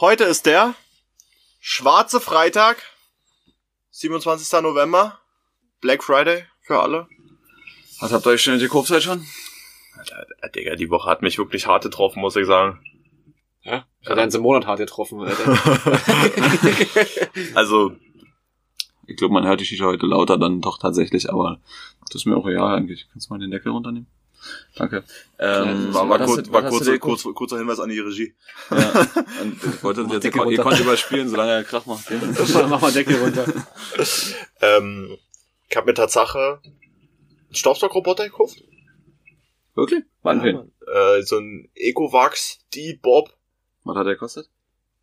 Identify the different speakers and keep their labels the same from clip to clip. Speaker 1: Heute ist der schwarze Freitag, 27. November, Black Friday für alle.
Speaker 2: Was habt ihr euch schon gekauft heute schon?
Speaker 1: Äh, Digga, die Woche hat mich wirklich hart getroffen, muss ich sagen.
Speaker 3: Ja, ich hatte einen so Monat hart getroffen, Alter.
Speaker 1: Also,
Speaker 2: Ich glaube, man hört die Shisha heute lauter dann doch tatsächlich, aber das ist mir auch egal eigentlich. Kannst du mal den Deckel runternehmen? Danke. Ähm,
Speaker 3: Ja,
Speaker 1: war,
Speaker 2: was
Speaker 1: war,
Speaker 2: hast
Speaker 1: kurz,
Speaker 2: du-
Speaker 1: war
Speaker 2: was hast
Speaker 1: kurz,
Speaker 2: du dir
Speaker 1: kurz, kurzer Hinweis an die Regie.
Speaker 2: Ja. Und ich wollte das jetzt,
Speaker 3: Deckel
Speaker 2: ihr
Speaker 3: runter.
Speaker 2: konntet überspielen, solange er Krach macht.
Speaker 3: Mach mal Deckel runter.
Speaker 1: Ähm, ich habe mir Tatsache einen Staubsaugerroboter gekauft.
Speaker 2: Wirklich? Wann
Speaker 3: Ja,
Speaker 2: denn?
Speaker 3: Mann.
Speaker 1: Äh, so ein Ecovax D-Bob
Speaker 2: Was hat der gekostet?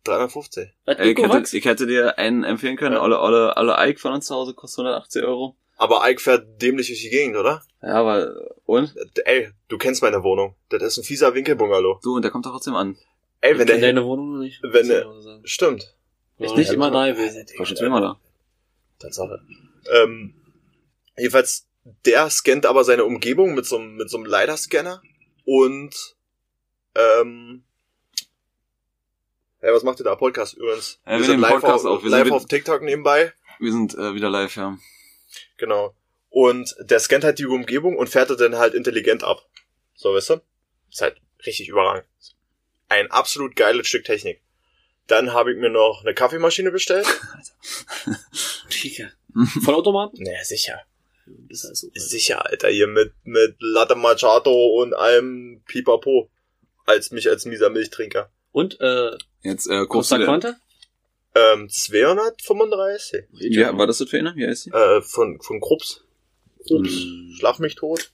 Speaker 1: 350.
Speaker 3: Was,
Speaker 2: Ey, Ich
Speaker 3: Ecovax?
Speaker 2: hätte, ich hätte dir einen empfehlen können.
Speaker 1: Ja.
Speaker 2: Alle, alle, alle Ike von uns zu Hause kostet 180 Euro.
Speaker 1: Aber Ike fährt dämlich durch die Gegend, oder?
Speaker 2: Ja, aber, und?
Speaker 1: Äh, Ey, du kennst meine Wohnung. Das ist ein fieser Winkelbungalow.
Speaker 2: Du, und der kommt doch trotzdem an.
Speaker 1: Ey, wenn
Speaker 3: Kennt
Speaker 1: der...
Speaker 3: deine Wohnung noch nicht?
Speaker 1: wenn
Speaker 3: Muss ich
Speaker 1: der-
Speaker 3: mal so sagen.
Speaker 1: Stimmt. genau.
Speaker 3: Ich
Speaker 2: Ja,
Speaker 3: nicht
Speaker 2: ja,
Speaker 3: immer
Speaker 2: ja.
Speaker 3: da gewesen.
Speaker 2: War schon zweimal da.
Speaker 1: Tatsache. Ähm, jedenfalls, der scannt aber seine Umgebung mit so, einem- mit so einem LiDAR-Scanner und ähm, hey, was macht ihr da? Podcast übrigens.
Speaker 2: Ja, wir nehmen Podcast
Speaker 1: auf,
Speaker 2: auf. Wir sind
Speaker 1: live
Speaker 2: mit-
Speaker 1: auf TikTok nebenbei.
Speaker 2: Wir sind äh, wieder live, ja.
Speaker 1: Genau. Und der scannt halt die Umgebung und fährt das dann halt intelligent ab. So, weißt du? Ist halt richtig überragend. Ein absolut geiles Stück Technik. Dann habe ich mir noch eine Kaffeemaschine bestellt.
Speaker 3: Schicke. Vollautomaten?
Speaker 1: naja, sicher.
Speaker 3: Ist alles super.
Speaker 1: Sicher, Alter, hier mit, mit Latte Machado und allem Pipapo. Als mich als mieser Milchtrinker.
Speaker 3: Und, äh,
Speaker 2: Jetzt äh, kaufst du
Speaker 3: Costa
Speaker 2: dir-
Speaker 3: Quanta?
Speaker 1: Ähm, 235.
Speaker 2: Ja, war das das für eine? Wie heißt die?
Speaker 1: Äh, von, von Krups. Krups.
Speaker 2: Mm.
Speaker 1: Schlaf mich tot.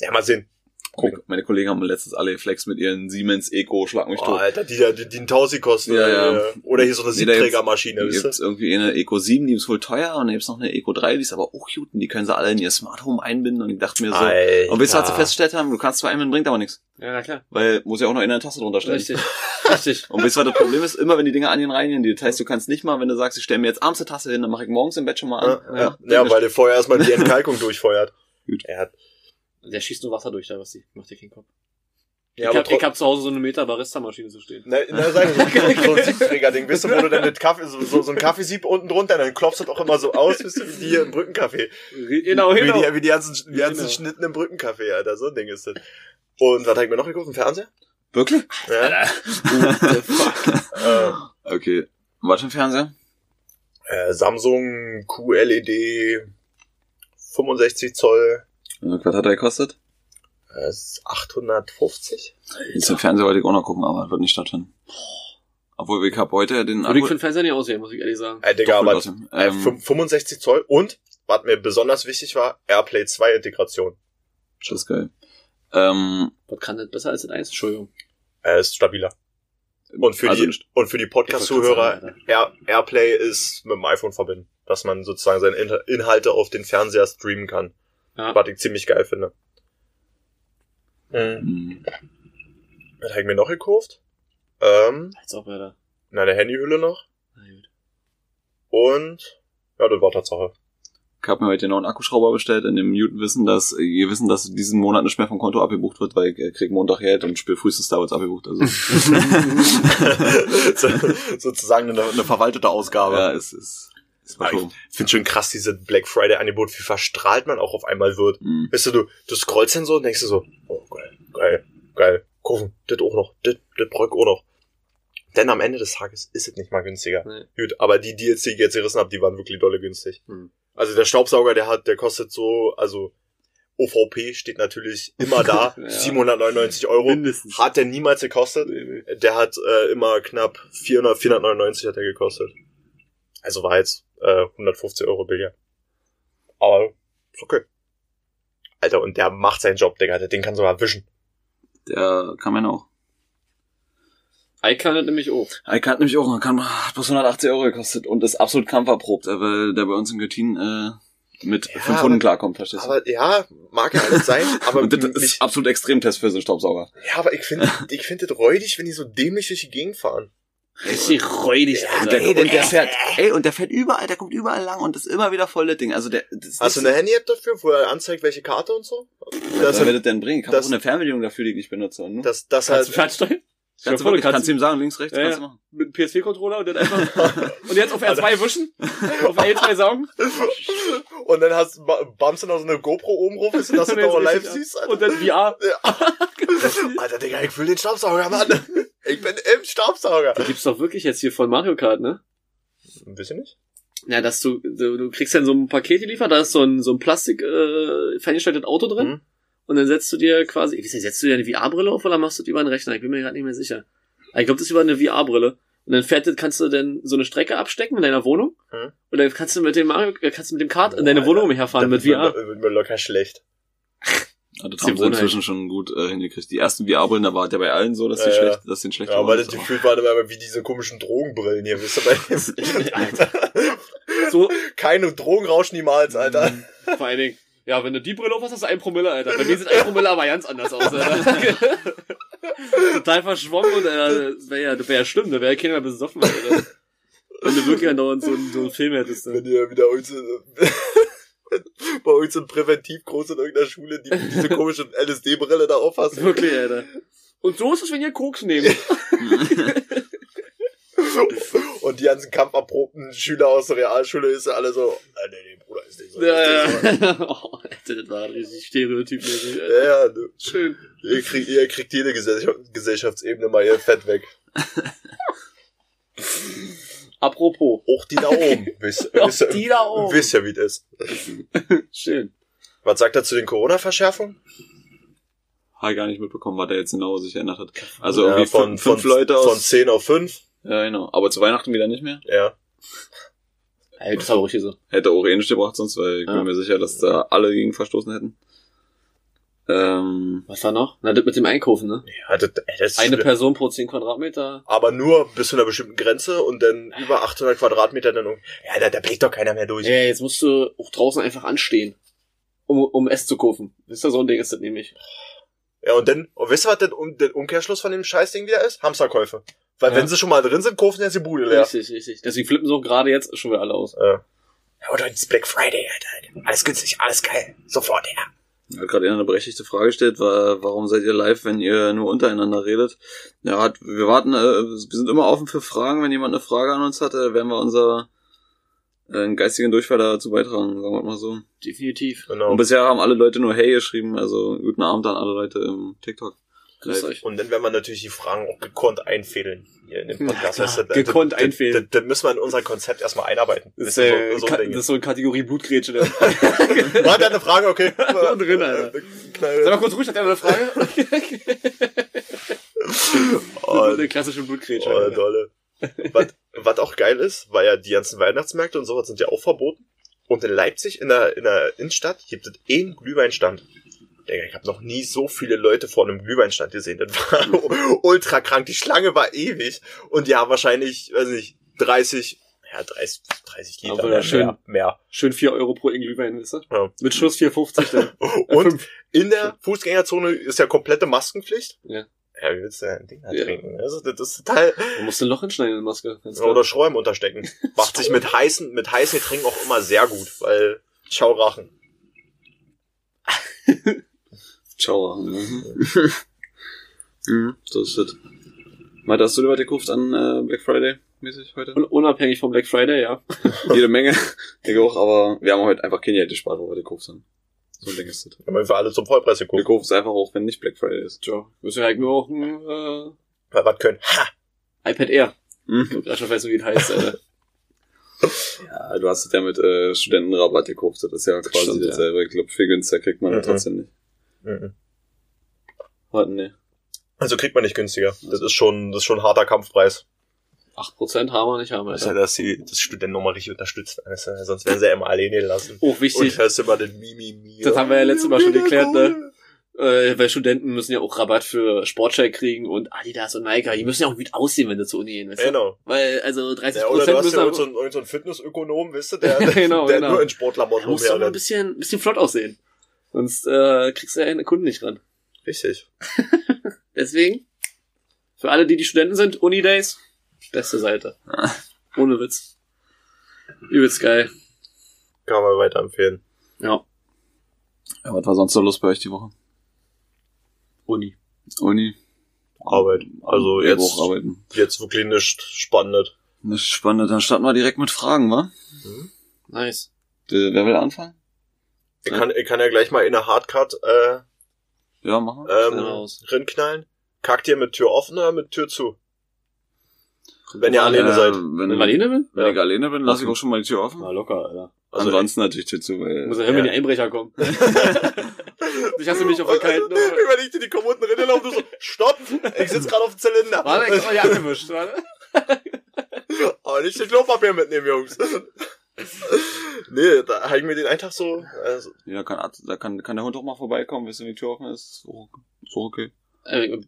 Speaker 1: Ja, mal sehen.
Speaker 2: Guck, meine Kollegen haben letztens alle geflext mit ihren Siemens Eco, schlag mich
Speaker 1: Oh,
Speaker 2: tot.
Speaker 1: Alter, die, da- die, die einen Tausi kosten.
Speaker 2: Ja, ja.
Speaker 1: äh, Oder hier so eine
Speaker 2: Nee, da gibt's-
Speaker 1: Siebträgermaschine,
Speaker 2: Hier
Speaker 1: wisst
Speaker 2: gibt's irgendwie eine Eco 7, die ist wohl teuer, und dann gibt's noch eine Eco 3, die ist aber auch gut, und die können sie alle in ihr Smart Home einbinden, und ich dachte mir
Speaker 1: ihr?
Speaker 2: so,
Speaker 1: Alter.
Speaker 2: und willst du, was sie festgestellt haben, du kannst zwar einbinden, bringt aber nichts,
Speaker 3: Ja, na klar.
Speaker 2: weil muss ja auch noch in der Taste drunter stellen.
Speaker 3: Richtig. Richtig.
Speaker 2: Und weißt du, was das Problem ist? Immer wenn die Dinger an den reingehen, das heißt, du kannst nicht mal, wenn du sagst, ich stelle mir jetzt abends eine Tasse hin, dann mache ich morgens im Bett schon mal an.
Speaker 1: Ja, ja, ja, weil dir vorher erstmal die Entkalkung durchfeuert.
Speaker 2: Gut.
Speaker 1: Er hat,
Speaker 3: Der schießt nur Wasser durch da, was die. Macht dir keinen Kopf.
Speaker 1: ja,
Speaker 3: ich,
Speaker 1: aber
Speaker 3: hab, ich
Speaker 1: trotzdem.
Speaker 3: hab zu Hause so eine Meter Barista-Maschine zu stehen.
Speaker 1: Na, na sag ich, so, so ein Siebträger-Ding, weißt du, wo du dann mit Kaffee, so, so, so ein Kaffeesieb unten drunter, dann klopfst du doch immer so aus, bist du wie die hier im Brückenkaffee.
Speaker 3: Genau,
Speaker 1: Wie
Speaker 3: genau.
Speaker 1: die, wie die ganzen, die ganzen
Speaker 3: Genau.
Speaker 1: Schnitten im Brückenkaffee, Alter, so ein Ding ist das. Und was hab ich mir noch geguckt? Ein Fernseher?
Speaker 2: Wirklich?
Speaker 1: Ja.
Speaker 2: Okay. Was für ein Fernseher?
Speaker 1: Äh, Samsung QLED 65 Zoll
Speaker 2: Und Was hat er gekostet?
Speaker 1: äh, 850?
Speaker 2: Jetzt den Fernseher wollte ich auch noch gucken, aber das wird nicht stattfinden. Obwohl, ich habe heute den
Speaker 3: Würde ich für den Fernseher nicht aussehen, muss ich ehrlich sagen.
Speaker 1: Äh, Digga,
Speaker 2: Doch,
Speaker 1: aber
Speaker 2: Leute,
Speaker 1: äh,
Speaker 2: ähm,
Speaker 1: fün- 65 Zoll und, was mir besonders wichtig war, AirPlay 2 Integration.
Speaker 2: Das ist geil. Ähm,
Speaker 3: Was kann das besser als das Eis? Entschuldigung.
Speaker 1: Äh, ist stabiler. Und für
Speaker 2: also
Speaker 1: die, und für die Podcast-Zuhörer, Air, Airplay ist mit dem iPhone verbinden, dass man sozusagen seine In Inhalte auf den Fernseher streamen kann.
Speaker 3: Ja.
Speaker 1: Was ich ziemlich geil finde. Mhm.
Speaker 2: mh,
Speaker 1: Was habe ich mir noch gekauft? Ähm,
Speaker 3: Als ob er da.
Speaker 1: na, eine Handyhülle noch.
Speaker 3: Na gut.
Speaker 1: Und, ja, das war Tatsache.
Speaker 2: Ich habe mir heute noch einen Akkuschrauber bestellt, in dem Mute wissen, dass äh, ihr wissen, dass diesen Monat nicht mehr vom Konto abgebucht wird, weil ich äh, krieg Montag Geld und spiel frühestens Star Wars abgebucht. Also
Speaker 1: so, sozusagen eine, eine verwaltete Ausgabe.
Speaker 2: ja, es ist. ist
Speaker 1: Ah,
Speaker 2: verschoben.
Speaker 1: Ich finde schon krass, diese Black Friday-Angebot, wie verstrahlt man auch auf einmal wird.
Speaker 2: Mhm.
Speaker 1: Weißt du, du, du scrollst dann so und denkst dir so, oh geil, geil, geil, kaufen, das auch noch, das, das brauch ich auch noch. Denn am Ende des Tages ist es nicht mal günstiger.
Speaker 3: Nee.
Speaker 1: Gut, aber die DLC, die ich jetzt gerissen hab, die waren wirklich dolle günstig.
Speaker 3: Hm.
Speaker 1: Also der Staubsauger, der hat, der kostet so, also OVP steht natürlich immer da,
Speaker 3: Ja.
Speaker 1: 799 Euro.
Speaker 3: Mindestens.
Speaker 1: Hat der niemals gekostet.
Speaker 3: Nee, nee.
Speaker 1: Der hat äh, immer knapp 400, 499 hat er gekostet. Also war jetzt äh, 150 Euro billiger. Aber ist okay. Alter, und der macht seinen Job, Digga. Der Ding kann sogar wischen.
Speaker 2: Der kann man auch.
Speaker 3: Ei kann das nämlich oh, auch.
Speaker 2: Ich kann nämlich auch, man kann hat bloß 180 Euro gekostet und ist absolut kampferprobt, äh, weil der bei uns in Göttingen äh, mit
Speaker 1: Ja,
Speaker 2: fünf Hunden
Speaker 1: aber-
Speaker 2: klarkommt, verstehst du?
Speaker 1: Aber ja, mag ja alles sein, aber
Speaker 2: und das
Speaker 1: mich,
Speaker 2: ist absolut Extremtest für so einen Staubsauger.
Speaker 1: ja, aber ich finde ich find das räudig, wenn die so dämlich durch die Gegend fahren.
Speaker 3: Richtig räudig,
Speaker 2: Und
Speaker 3: Alter.
Speaker 2: der, und der fährt, ey, und der fährt überall, der kommt überall lang und ist immer wieder voll das Ding. Also der, das
Speaker 1: Hast du
Speaker 2: ist-
Speaker 1: eine Handy-App dafür, wo er anzeigt, welche Karte und so?
Speaker 2: Was
Speaker 1: Dass
Speaker 2: soll mir
Speaker 1: er,
Speaker 2: das denn bringen? Ich habe
Speaker 1: das-
Speaker 2: auch eine Fernbedienung dafür, die ich nicht benutze. Ne?
Speaker 1: dass, dass
Speaker 3: Halt- Kannst
Speaker 1: er,
Speaker 3: du fernsteuern? Stell dir
Speaker 2: Kannst du
Speaker 3: vor, du
Speaker 2: wirklich,
Speaker 3: kannst
Speaker 2: kannst du ihm sagen, links, rechts,
Speaker 3: Ja,
Speaker 2: kannst du
Speaker 3: ja.
Speaker 2: machen.
Speaker 3: mit einem PS4-Controller und dann einfach. und jetzt auf R2 wischen, auf L2 saugen.
Speaker 1: Und dann hast ba- bammst du noch so eine GoPro oben rum, dass du das
Speaker 3: Und
Speaker 1: noch
Speaker 3: jetzt
Speaker 1: live
Speaker 3: richtig-
Speaker 1: siehst. Alter.
Speaker 3: Und dann VR.
Speaker 1: Alter, Digga, ich will den Staubsauger, Mann. Ich bin im Staubsauger.
Speaker 3: Die gibt's doch wirklich jetzt hier von Mario Kart, ne?
Speaker 1: Ein bisschen nicht?
Speaker 3: Ja, dass du, du, du kriegst dann so ein Paket geliefert, da ist so ein, so ein Plastik, äh, ferngesteuertes Auto drin.
Speaker 1: Mhm.
Speaker 3: Und dann setzt du dir quasi, ich weiß nicht, setzt du dir eine VR-Brille auf oder machst du das über einen Rechner? Ich bin mir gerade nicht mehr sicher. Aber Ich glaube, das ist über eine VR-Brille. Und dann fährt, das- kannst du dann so eine Strecke abstecken in deiner Wohnung.
Speaker 1: Mhm.
Speaker 3: Und dann kannst du mit dem Mario, äh, kannst du mit dem Kart
Speaker 1: Boah,
Speaker 3: in deine
Speaker 1: Alter.
Speaker 3: Wohnung herfahren mit
Speaker 1: wird
Speaker 3: VR.
Speaker 1: Mir, wird mir locker schlecht.
Speaker 2: Ja, das haben
Speaker 3: Die
Speaker 2: sie
Speaker 1: halt-
Speaker 3: Gewohnheit.
Speaker 2: inzwischen schon gut äh, hingekriegt. Die ersten VR-Brillen, da war es ja bei allen so, dass die
Speaker 1: Ja,
Speaker 2: schlecht, dass den schlecht
Speaker 1: Ja,
Speaker 2: waren.
Speaker 1: aber das
Speaker 2: Aber-
Speaker 1: Gefühl war immer wie diese komischen Drogenbrillen hier, wisst ihr? Bei
Speaker 3: So,
Speaker 1: Keine Drogenrausch niemals, Alter.
Speaker 2: Mhm.
Speaker 3: vor allen Dingen. Ja, wenn du die Brille auf hast, hast du ein Promille, Alter. Bei mir sieht ein Promille aber ganz anders aus, Alter. Total verschwommen und äh, das wäre ja, das wär ja schlimm, da wäre ja keiner mehr besoffen, Alter. Wenn du wirklich andauernd so, einen- so einen Film hättest.
Speaker 1: Wenn
Speaker 3: Dann.
Speaker 1: ihr wieder uns äh, bei uns im Präventivkurs in irgendeiner Schule die, diese komische LSD-Brille da auffasst.
Speaker 3: Wirklich, Alter. Und so ist es, wenn ihr Koks nehmt.
Speaker 1: Und die ganzen kampferprobten Schüler aus der Realschule ist ja alle so, ah, nee, nee, Bruder, ist nicht so.
Speaker 3: Ja,
Speaker 1: ist nicht
Speaker 3: ja. Oh, Alter, das war richtig stereotypmäßig.
Speaker 1: so.
Speaker 3: Alter.
Speaker 1: ja, ja du,
Speaker 3: Schön.
Speaker 1: ihr, kriegt, ihr kriegt jede Gesell- Gesellschaftsebene mal ihr Fett weg.
Speaker 3: Apropos.
Speaker 1: Auch die da oben. Wisst
Speaker 3: Auch
Speaker 1: wisst-
Speaker 3: die da oben.
Speaker 1: wisst ihr, wie das ist.
Speaker 3: Schön.
Speaker 1: Was sagt er zu den Corona-Verschärfungen?
Speaker 2: Hab ich gar nicht mitbekommen, was da jetzt genau sich geändert hat. Also
Speaker 1: Ja,
Speaker 2: irgendwie
Speaker 1: von,
Speaker 2: fünf, fünf
Speaker 1: von,
Speaker 2: Leute aus.
Speaker 1: von 10 auf 5.
Speaker 2: ja, genau. Aber zu Weihnachten wieder nicht mehr.
Speaker 1: Ja.
Speaker 3: Alter, das war auch richtig so.
Speaker 2: Hätte auch ähnlich gebracht sonst, weil ich
Speaker 3: Ja.
Speaker 2: bin mir sicher, dass da alle gegen verstoßen hätten. Ähm,
Speaker 3: Was war noch? Na, das mit dem Einkaufen, ne?
Speaker 1: ja das, ey, das ist
Speaker 3: Eine Person pro 10 Quadratmeter.
Speaker 1: aber nur bis zu einer bestimmten Grenze und dann über 800 Quadratmeter dann irgendwie. Ja, da, da blickt doch keiner mehr durch.
Speaker 3: Ja, jetzt musst du auch draußen einfach anstehen. Um, um es zu kaufen. Wisst ihr, so ein Ding ist das nämlich.
Speaker 1: Ja, und dann, und wisst ihr, was denn um, der Umkehrschluss von dem Scheißding wieder ist? Hamsterkäufe. Weil
Speaker 3: Ja.
Speaker 1: wenn sie schon mal drin sind, kaufen sie jetzt die Bude leer.
Speaker 3: Richtig, richtig. Deswegen flippen sie auch gerade jetzt schon wieder alle aus.
Speaker 1: Ja. Ja, oder jetzt Black Friday, Alter. Alles günstig, alles geil. Sofort, ja.
Speaker 2: ich hab gerade eine berechtigte Frage gestellt, war, warum seid ihr live, wenn ihr nur untereinander redet? Ja, hat, wir warten, äh, wir sind immer offen für Fragen. Wenn jemand eine Frage an uns hatte, werden wir unser äh, geistigen Durchfall dazu beitragen, sagen wir mal so.
Speaker 3: Definitiv.
Speaker 1: Genau.
Speaker 2: Und bisher haben alle Leute nur Hey geschrieben, also guten Abend an alle Leute im TikTok.
Speaker 3: Grüßt
Speaker 2: Live.
Speaker 3: euch.
Speaker 1: Und dann werden wir natürlich die Fragen auch gekonnt einfädeln hier in dem
Speaker 3: Na
Speaker 1: Podcast.
Speaker 3: klar,
Speaker 1: Weißt du, da-
Speaker 3: gekonnt
Speaker 1: da-
Speaker 3: einfädeln.
Speaker 1: da- da müssen wir in unser Konzept erstmal einarbeiten.
Speaker 3: Das ist,
Speaker 1: Weißt du,
Speaker 3: äh,
Speaker 1: so, so
Speaker 3: Ka-
Speaker 1: ein Ding.
Speaker 3: das ist so eine Kategorie Blutgrätsche. ne?
Speaker 1: War da eine Frage, okay.
Speaker 3: Und drin, Alter. Sag mal kurz ruhig, hat er eine Frage?
Speaker 1: Und,
Speaker 3: eine klassische Blutgrätsche.
Speaker 1: oh, dolle. Was, was auch geil ist, weil ja die ganzen Weihnachtsmärkte und sowas sind ja auch verboten. Und in Leipzig, in der, in der Innenstadt, gibt es einen Glühweinstand. Digga, ich habe noch nie so viele Leute vor einem Glühweinstand gesehen. Das war ultra krank. Die Schlange war ewig. Und ja, wahrscheinlich, weiß nicht, 30, ja, 30, 30 Liter.
Speaker 3: Aber
Speaker 1: mehr,
Speaker 3: schön.
Speaker 1: Mehr.
Speaker 3: Schön 4 Euro pro Inglühwein, wisst ihr?
Speaker 1: Ja.
Speaker 3: Mit Schuss 4,50 dann. Äh,
Speaker 1: Und
Speaker 3: fünf.
Speaker 1: in der Fußgängerzone ist ja komplette Maskenpflicht.
Speaker 3: Ja.
Speaker 1: Ja, wie willst du denn ein Ding da
Speaker 3: Ja.
Speaker 1: trinken? Also, das ist total,
Speaker 3: Du musst ein Loch hinschneiden in die Maske. ganz
Speaker 1: Ja,
Speaker 3: klar.
Speaker 1: Oder Schräumen unterstecken. Macht sich mit heißen, mit heißen Getränken auch immer sehr gut, weil schau Rachen.
Speaker 2: Ciao. Mhm. Mhm, so ist das. Malte, hast du dir was gekauft an äh, Black Friday mäßig heute?
Speaker 3: Un unabhängig vom Black Friday, ja.
Speaker 2: Jede Menge. Ich auch, aber wir haben heute einfach kein Geld gespart, wo wir gekauft haben. So ein Ding ist das.
Speaker 1: Wenn man für alle zum Vollpreis
Speaker 2: Wir
Speaker 1: geguckt.
Speaker 2: kaufen es einfach auch, wenn nicht Black Friday ist.
Speaker 3: Tja, müssen wir halt nur auch ein
Speaker 1: Weil was können. Ha!
Speaker 3: äh, iPad Air. Ich
Speaker 2: Mhm.
Speaker 3: hab grad schon weiß, wie das heißt, Alter.
Speaker 2: Ja, du hast es ja mit äh, Studentenrabatt gekauft. Das ist ja
Speaker 3: Das
Speaker 2: quasi
Speaker 3: stimmt, ja.
Speaker 2: dasselbe. Ich glaube, viel günstiger kriegt man
Speaker 1: Mhm.
Speaker 2: trotzdem nicht.
Speaker 1: Mhm.
Speaker 2: Warte, nee.
Speaker 1: Also kriegt man nicht günstiger. Das ist schon, das ist schon ein harter Kampfpreis.
Speaker 3: 8% haben wir nicht, haben wir.
Speaker 1: Das ist halt ja,
Speaker 3: Alter.
Speaker 1: dass sie das Studenten nochmal richtig unterstützt. Weißt du, Sonst werden sie ja immer alleine gelassen.
Speaker 3: Oh,
Speaker 1: Und
Speaker 3: wichtig.
Speaker 1: hörst immer den Mimi, Mimi.
Speaker 3: Das haben wir ja letztes Mal schon geklärt, ne? Äh, weil Studenten müssen ja auch Rabatt für Sportcheck kriegen und Adidas und Nike. Die müssen ja auch gut aussehen, wenn sie zur Uni gehen, weißt du?
Speaker 1: Genau.
Speaker 3: Weil, also 30%
Speaker 1: Ja, oder du hast
Speaker 3: müssen
Speaker 1: ja
Speaker 3: aber-
Speaker 1: irgendeinen so einen- irgend so einen Fitnessökonom, weißt du, der,
Speaker 3: Genau,
Speaker 1: der
Speaker 3: genau.
Speaker 1: nur in Sportklamotten
Speaker 3: Da musst du auch mal ein
Speaker 1: rumherrennt.
Speaker 3: bisschen, ein bisschen flott aussehen. Sonst äh, kriegst du ja deine Kunden nicht ran.
Speaker 1: Richtig.
Speaker 3: Deswegen, für alle, die die Studenten sind, Uni-Days, beste Seite. Ohne Witz. Übelst geil.
Speaker 1: Kann man weiterempfehlen.
Speaker 3: Ja,
Speaker 2: Ja, was war sonst so los bei euch die Woche?
Speaker 3: Uni.
Speaker 2: Uni.
Speaker 1: Arbeit. Also
Speaker 2: Ich hab
Speaker 1: jetzt-
Speaker 2: Auch arbeiten.
Speaker 1: Jetzt wirklich nicht spannend.
Speaker 2: Das ist spannend. Dann starten wir direkt mit Fragen, wa?
Speaker 3: Nice.
Speaker 2: Äh, Wer will anfangen?
Speaker 1: Ich,
Speaker 2: Ja.
Speaker 1: kann, ich kann ja gleich mal in der Hardcut äh,
Speaker 2: Ja, machen wir.
Speaker 1: ähm,
Speaker 3: Schnell raus.
Speaker 1: rinknallen. Kackt ihr mit Tür offen oder mit Tür zu? Wenn ihr alleine
Speaker 2: äh,
Speaker 1: seid.
Speaker 2: Wenn,
Speaker 3: Wenn Marlene bin?
Speaker 2: wenn ich alleine bin, lasse ich
Speaker 3: Okay.
Speaker 2: auch schon mal die Tür offen.
Speaker 3: Na locker, Alter.
Speaker 1: Also,
Speaker 2: Ansonsten natürlich Tür zu,
Speaker 3: Ich
Speaker 2: weil...
Speaker 3: muss ja hören, wenn die
Speaker 1: Ja.
Speaker 3: Einbrecher kommen. ich hasse mich auf der kalten.
Speaker 1: Überleg dir die Kommoden rennen und du so, stopp, ich sitz gerade auf dem Zylinder.
Speaker 3: Warte, ich hab mal hier abgewischt, warte.
Speaker 1: Aber Oh, nicht den Klopapier mitnehmen, Jungs. nee, da hab ich mir den einen Tag so, also,
Speaker 2: Ja, da kann, Arzt- da kann, kann der Hund auch mal vorbeikommen, bis wenn die Tür offen ist. Ist auch- Ist auch okay.
Speaker 3: Äh,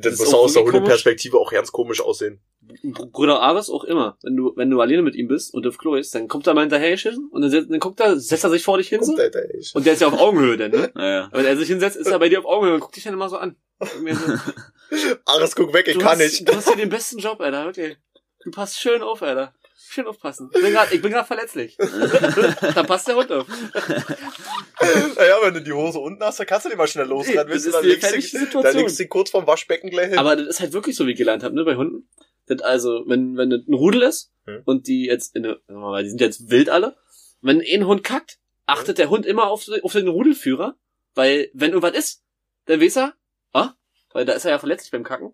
Speaker 1: das
Speaker 3: ist
Speaker 1: muss
Speaker 3: auch
Speaker 1: aus der
Speaker 3: irgendwie
Speaker 1: Hundeperspektive auch ganz komisch aussehen.
Speaker 3: Br- Bruder Ares auch immer. Wenn du, wenn du alleine mit ihm bist und auf Klo ist, dann kommt er mal hinterher geschissen und dann, setzt- dann guckt er, setzt er sich vor dich hin so.
Speaker 1: Kommt, Alter, ich.
Speaker 3: Und der ist ja auf Augenhöhe denn, ne?
Speaker 2: Naja.
Speaker 3: Wenn er sich hinsetzt, ist er bei dir auf Augenhöhe und guckt dich dann immer so an. Und mir so,
Speaker 1: Ares, guck weg, ich
Speaker 3: du
Speaker 1: kann
Speaker 3: hast,
Speaker 1: nicht.
Speaker 3: Du hast hier den besten Job, Alter, wirklich. Du passt schön auf, Alter. Schön aufpassen. Ich bin grad, ich bin grad verletzlich. da passt der Hund auf.
Speaker 1: naja, wenn du die Hose unten hast, dann kannst du die mal schnell losrennen.
Speaker 3: Nee,
Speaker 1: Willst du,
Speaker 3: das
Speaker 1: dann
Speaker 3: ist die
Speaker 1: legst
Speaker 3: gefährlichste
Speaker 1: du, dann
Speaker 3: Situation.
Speaker 1: legst du die kurz vorm Waschbecken gleich hin.
Speaker 3: Aber das ist halt wirklich so, wie ich gelernt habe, ne, bei Hunden. Das also, wenn, wenn das ein Rudel ist
Speaker 1: Hm.
Speaker 3: und die jetzt in eine, sagen wir mal, die sind jetzt wild alle, wenn eh ein Hund kackt, achtet der Hund immer auf, auf den Rudelführer, weil wenn irgendwas ist, dann weiß er, ah, weil da ist er ja verletzlich beim Kacken.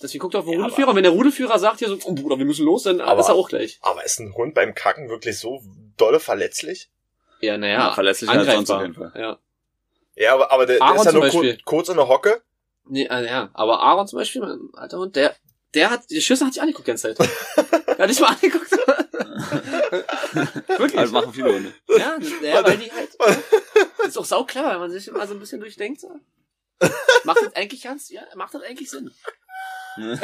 Speaker 3: Deswegen guckt er auf den
Speaker 1: Ja,
Speaker 3: Rudelführer und wenn der Rudelführer sagt hier so, oh Bruder, wir müssen los, dann
Speaker 1: Aber-
Speaker 3: ist er auch gleich.
Speaker 1: Aber ist ein Hund beim Kacken wirklich so dolle verletzlich?
Speaker 3: Ja, naja,
Speaker 2: verlässlich
Speaker 3: angreifbar. Ja.
Speaker 1: Ja, aber, aber der, der
Speaker 3: Aaron
Speaker 1: ist ja
Speaker 3: zum
Speaker 1: nur kur
Speaker 3: Beispiel.
Speaker 1: kurz in der Hocke.
Speaker 3: Nee, ah, ja, aber Aaron zum Beispiel, mein alter Hund, der, der hat, die Schüsse hat sich angeguckt die ganze Zeit. der hat nicht mal angeguckt. Wirklich.
Speaker 2: Das Also machen viele Hunde.
Speaker 3: Ja, ja weil die halt. Ist auch sauklar, wenn man sich immer so ein bisschen durchdenkt. So. Macht das eigentlich ganz, ja, macht das eigentlich Sinn.
Speaker 2: Nicht,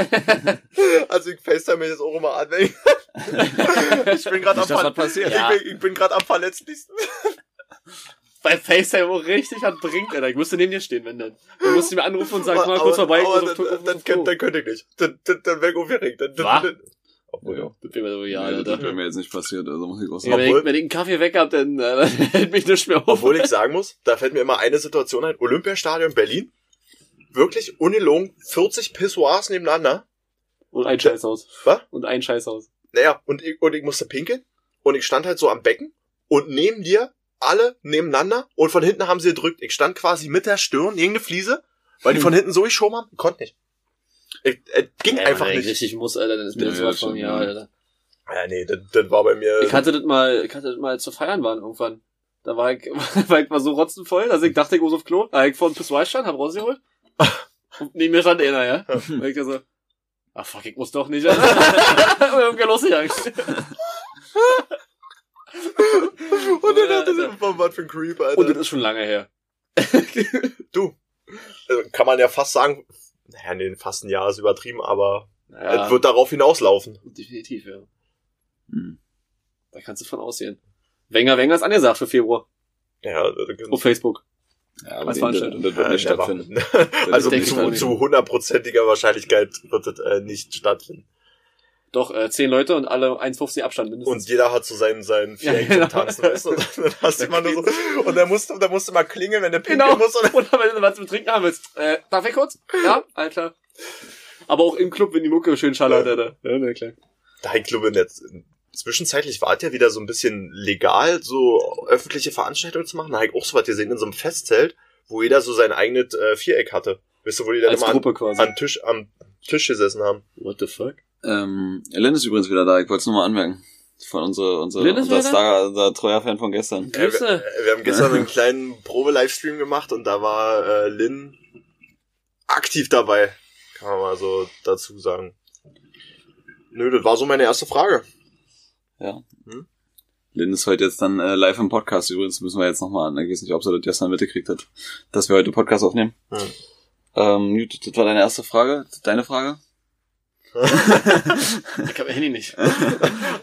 Speaker 1: Also ich facetime mich jetzt auch immer an. Wenn ich, ich bin gerade am,
Speaker 2: dass was
Speaker 1: ver
Speaker 2: passiert.
Speaker 3: Ja.
Speaker 1: ich bin, ich bin grad am verletzlichsten.
Speaker 3: Bei FaceTime auch richtig hat bringt, Alter. Ich müsste neben dir stehen, wenn dann. Du musst mir anrufen und sagen, komm mal kurz vorbei.
Speaker 1: Aber,
Speaker 3: ich
Speaker 1: aber
Speaker 3: muss auf Druck-
Speaker 1: dann,
Speaker 3: auf
Speaker 1: dann,
Speaker 3: Druck.
Speaker 1: könnt, dann könnte ich nicht. Dann, dann, dann wäre ich aufgeregt. Dann, dann,
Speaker 3: Was?
Speaker 1: dann, obwohl, ja.
Speaker 3: Das wäre mir so, ja,
Speaker 2: nee, das
Speaker 3: Alter.
Speaker 2: wäre mir jetzt nicht passiert, also muss ich auch
Speaker 3: Ja,
Speaker 2: sagen.
Speaker 3: wenn,
Speaker 1: Obwohl-
Speaker 3: ich, wenn ich einen Kaffee weg hab, dann äh, dann hält mich nicht mehr auf.
Speaker 1: Obwohl ich sagen muss, da fällt mir immer eine Situation ein. Olympiastadion Berlin. Wirklich ungelogen 40 Pissoirs nebeneinander.
Speaker 3: Und ein Scheißhaus.
Speaker 1: Was?
Speaker 3: Und ein Scheißhaus.
Speaker 1: Naja, und ich, und ich musste pinkeln und ich stand halt so am Becken und neben dir alle nebeneinander und von hinten haben sie gedrückt. Ich stand quasi mit der Stirn irgendeine Fliese, weil die von hinten so geschoben haben, ich konnte nicht. Ich, es ging
Speaker 3: Hm. Ja,
Speaker 1: einfach
Speaker 3: wenn ich
Speaker 1: nicht.
Speaker 3: richtig muss, Alter, dann ist mir
Speaker 2: Ja,
Speaker 3: das
Speaker 2: ja,
Speaker 3: was von,
Speaker 2: schon,
Speaker 3: ja,
Speaker 2: ja.
Speaker 3: Alter.
Speaker 1: Ja, nee, das, das war bei mir.
Speaker 3: Ich hatte das mal, ich hatte das mal zu feiern waren irgendwann. Da war ich, war ich mal so rotzenvoll, dass ich dachte, ich muss auf Klo. Da hab ich vor dem Pissoir stand, hab rausgeholt. Und neben mir stand einer, ja. Und ich da so, ah fuck, ich muss doch nicht. Und dann bin ich losgegangen.
Speaker 1: und dann dachte
Speaker 3: Alter.
Speaker 1: ich, was für ein Creep, Alter.
Speaker 3: Und das ist schon lange her.
Speaker 1: also, kann man ja fast sagen, naja, nee, fast ein Jahr ist übertrieben, aber es
Speaker 3: Naja,
Speaker 1: wird darauf hinauslaufen.
Speaker 3: definitiv, ja.
Speaker 2: Hm.
Speaker 3: Da kannst du von aussehen. Wenger, Wenger ist angesagt für Februar.
Speaker 1: Ja, das-
Speaker 3: Auf Facebook.
Speaker 2: Ja, aber nee,
Speaker 3: Als
Speaker 2: das,
Speaker 3: Veranstaltung.
Speaker 2: das wird
Speaker 1: Ja,
Speaker 2: nicht
Speaker 1: der war-
Speaker 2: stattfinden.
Speaker 1: also
Speaker 3: denke
Speaker 1: zu
Speaker 3: ich auch nicht.
Speaker 1: zu hundertprozentiger Wahrscheinlichkeit wird das äh, nicht stattfinden.
Speaker 3: Doch, äh, zehn Leute und alle 1,50 Abstand mindestens.
Speaker 1: Und jeder hat so seinen, seinen Viereck
Speaker 3: Ja, genau.
Speaker 1: zum Tanzen, weißt du? Und dann hast du immer nur so, und dann musst du, dann musst du mal klingeln, wenn der pinkeln
Speaker 3: Genau.
Speaker 1: muss. Und dann,
Speaker 3: Oder wenn du was zum Trinken haben willst. Äh, darf ich kurz? Ja, Alter. Aber auch im Club, wenn die Mucke schön schallert,
Speaker 1: Ja.
Speaker 3: Alter. Ja, na klar.
Speaker 1: da, ich glaube, in der, zwischenzeitlich war es ja wieder so ein bisschen legal, so öffentliche Veranstaltungen zu machen. Da habe ich auch so was gesehen in so einem Festzelt, wo jeder so sein eigenes äh, Viereck hatte. Weißt du, wo die dann
Speaker 3: Als
Speaker 1: immer an,
Speaker 3: Gruppe quasi.
Speaker 1: an Tisch, am Tisch gesessen haben.
Speaker 3: What the fuck?
Speaker 2: Ähm, Lynn ist übrigens wieder da, ich wollte es nur mal anmerken. Von unserer, unserer,
Speaker 3: Lynn ist
Speaker 2: unser
Speaker 3: wieder da?
Speaker 2: Star, unser treuer Fan von gestern.
Speaker 1: Äh,
Speaker 3: Grüße.
Speaker 1: wir, äh, wir haben gestern einen kleinen Probe-Livestream gemacht und da war äh, Lynn aktiv dabei. Kann man mal so dazu sagen. Nö, das war so meine erste Frage.
Speaker 2: Lynn ist heute jetzt dann äh, live im Podcast. Übrigens müssen wir jetzt nochmal an. Ich weiß nicht, ob sie das gestern mitgekriegt hat, dass wir heute Podcast aufnehmen.
Speaker 1: Ja.
Speaker 2: Ähm, gut, das war deine erste Frage. Deine Frage?
Speaker 3: Ich hab mein Handy nicht.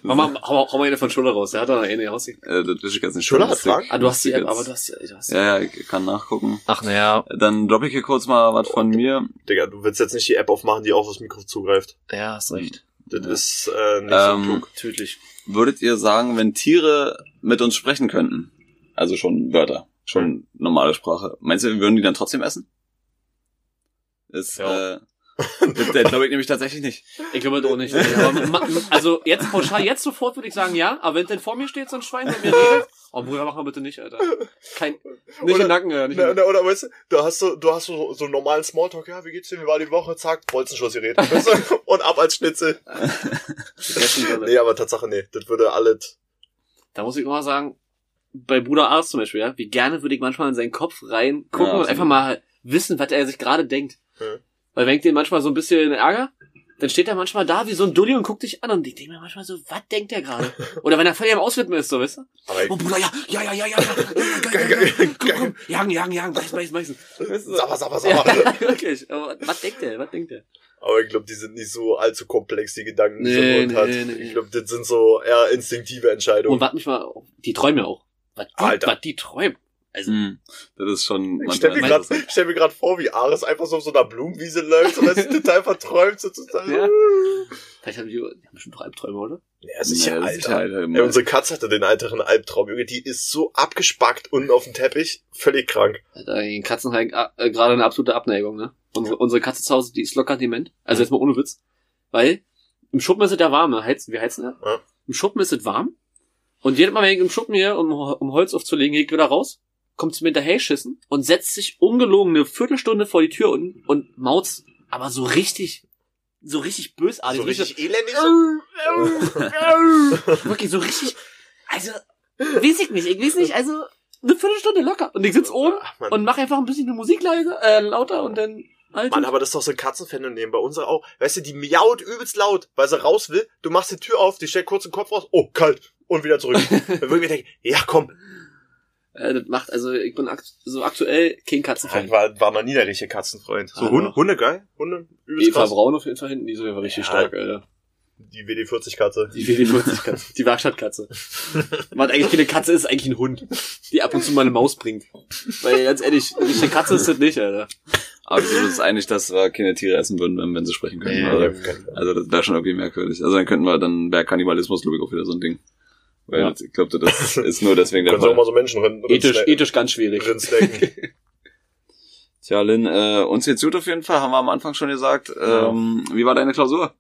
Speaker 3: Mach mal, hau, mal- hau mal eine von Schuller raus. Der hat doch noch eine rausgekriegt.
Speaker 2: Äh, das weiß ich jetzt nicht.
Speaker 1: Schuller hat
Speaker 2: Das ist-
Speaker 1: Fragen?
Speaker 3: Ah, du hast die
Speaker 2: das
Speaker 3: App,
Speaker 2: ist
Speaker 3: aber
Speaker 2: jetzt-
Speaker 3: du hast die, du hast die.
Speaker 2: Ja, ja, ich kann nachgucken.
Speaker 3: Ach, naja,
Speaker 2: Dann droppe ich hier kurz mal was von mir.
Speaker 1: Digga, du willst jetzt nicht die App aufmachen, die auf das Mikro zugreift.
Speaker 3: ja, hast recht.
Speaker 1: Das
Speaker 2: Ja.
Speaker 1: ist äh, nicht so
Speaker 2: Ähm,
Speaker 1: klug.
Speaker 3: Tödlich.
Speaker 2: würdet ihr sagen, wenn Tiere mit uns sprechen könnten, also schon Wörter, schon
Speaker 1: Hm.
Speaker 2: normale Sprache, meinst du, wir würden die dann trotzdem essen? Ist,
Speaker 3: Ja.
Speaker 2: äh, Das glaube ich nämlich tatsächlich nicht.
Speaker 3: Ich glaube doch nicht. Aber ma- also jetzt pauschal, jetzt sofort würde ich sagen, ja, aber wenn denn vor mir steht so ein Schwein, der mir redet, oh Bruder, mach mal bitte nicht, Alter. Kein, nicht
Speaker 1: Oder-
Speaker 3: im Nacken, ja, nicht im
Speaker 1: Na,
Speaker 3: Nacken.
Speaker 1: na, oder weißt du, da hast du, du hast so, so einen normalen Smalltalk, ja, wie geht's dir, wie war die Woche, zack, Bolzenschuss gerät. Weißt du? Und ab als Schnitzel. Nee, aber Tatsache, nee, das würde alles.
Speaker 3: Da muss ich immer sagen, bei Bruder Ars zum Beispiel, ja, wie gerne würde ich manchmal in seinen Kopf rein gucken
Speaker 2: Ja,
Speaker 3: und
Speaker 2: absolut.
Speaker 3: einfach mal wissen, was er sich gerade denkt.
Speaker 1: Ja.
Speaker 3: Weil wenn ich den manchmal so ein bisschen ärger, dann steht er manchmal da wie so ein Dulli und guckt dich an und ich denke mir manchmal so, was denkt der gerade? Oder wenn er völlig am Ausflippen ist, so, weißt du?
Speaker 1: Aber ich,
Speaker 3: Oh Bruder, ja, ja, ja, ja, ja, ja, ja, geil, geil, geil, komm, komm, jagen, jagen, jagen, beiß, beiß, beißen.
Speaker 1: sabber, sabber, sabber.
Speaker 3: Ja, wirklich, aber was denkt der, was denkt der?
Speaker 1: Aber ich glaube, die sind nicht so allzu komplex, die Gedanken, die nee,
Speaker 3: Nee, nee,
Speaker 1: hat.
Speaker 3: nee.
Speaker 1: Ich glaube, das sind so eher instinktive Entscheidungen.
Speaker 3: Und was mich mal, die träumen ja auch. Was die,
Speaker 1: Alter.
Speaker 3: was die träumen. Also,
Speaker 2: Hm. Das ist schon
Speaker 1: Ich stell mir
Speaker 2: manchmal-
Speaker 1: grad- ich stell mir gerade vor, wie Ares einfach so auf so einer Blumenwiese läuft und er sich total verträumt sozusagen.
Speaker 3: Ja.
Speaker 1: Ja,
Speaker 3: vielleicht haben die, die haben bestimmt doch Albträume, oder?
Speaker 1: sicher,
Speaker 2: Nee,
Speaker 1: Alter.
Speaker 2: halt
Speaker 3: halt
Speaker 2: sicher, Alter.
Speaker 1: Ey, unsere Katze hatte den älteren Albtraum, Junge, die ist so abgespackt unten auf dem Teppich, völlig krank.
Speaker 3: Alter, gegen Katzen halt äh, gerade eine absolute Abneigung, ne? Unsere, unsere Katze zu Hause, die ist locker dement. Also jetzt mal ohne Witz. Weil im Schuppen ist es ja warm, ne? Heizen, wir heizen ja.
Speaker 1: Ja.
Speaker 3: Im Schuppen ist es warm. Und jedes Mal, wenn ich im Schuppen hier, um, um Holz aufzulegen, gehe ich wieder raus, kommt sie mir hinterher schissen und setzt sich ungelogen eine Viertelstunde vor die Tür unten und mauzt, aber so richtig, so richtig bösartig. äh,
Speaker 1: so richtig elendig. So.
Speaker 3: richtig äh, Wirklich so richtig, also, weiß ich nicht, ich weiß nicht, also, eine Viertelstunde locker. Und ich sitz oben
Speaker 1: Ach, Mann.
Speaker 3: und mach einfach ein bisschen die Musik leiser, äh, lauter und dann halt.
Speaker 1: Mann, aber das ist doch so ein Katzenphänomen bei unserer auch. Weißt du, die miaut übelst laut, weil sie raus will. Du machst die Tür auf, die stellt kurz den Kopf raus, oh, kalt, und wieder zurück. Dann würde ich mir denken, ja komm,
Speaker 3: äh, das macht, also ich bin akt so aktuell kein Katzenfan.
Speaker 1: Ich war, war noch nie der richtige Katzenfreund. So
Speaker 3: Ah,
Speaker 1: Hunde,
Speaker 3: doch.
Speaker 1: Hunde geil. Also, Hunde, übelst
Speaker 3: Eva
Speaker 1: krass.
Speaker 3: Braun auf jeden Fall hinten, die ist auf jeden Fall richtig
Speaker 1: Ja.
Speaker 3: stark, Alter.
Speaker 1: Die WD-40-Katze.
Speaker 3: Die WD-40-Katze. Die Werkstattkatze. Man hat eigentlich keine Katze, ist eigentlich ein Hund, die ab und zu mal eine Maus bringt. Weil ganz ehrlich, eine richtige Katze ist das nicht, Alter.
Speaker 2: Aber wir sind uns einig, dass wir keine Tiere essen würden, wenn, wenn sie sprechen könnten. oder? Also das wäre schon irgendwie merkwürdig. Also dann könnten wir, dann wäre Kannibalismus, glaube ich, auch wieder so ein Ding. Weil
Speaker 3: Ja.
Speaker 2: das- ich glaube, das ist nur deswegen der
Speaker 1: Können sie auch
Speaker 2: Fall.
Speaker 1: mal so Menschen rin,
Speaker 3: Ethisch, ethisch ganz schwierig.
Speaker 1: rinstecken.
Speaker 2: Tja, Lin, äh, uns geht's gut auf jeden Fall, haben wir am Anfang schon gesagt.
Speaker 3: Genau.
Speaker 2: Ähm, wie war deine Klausur?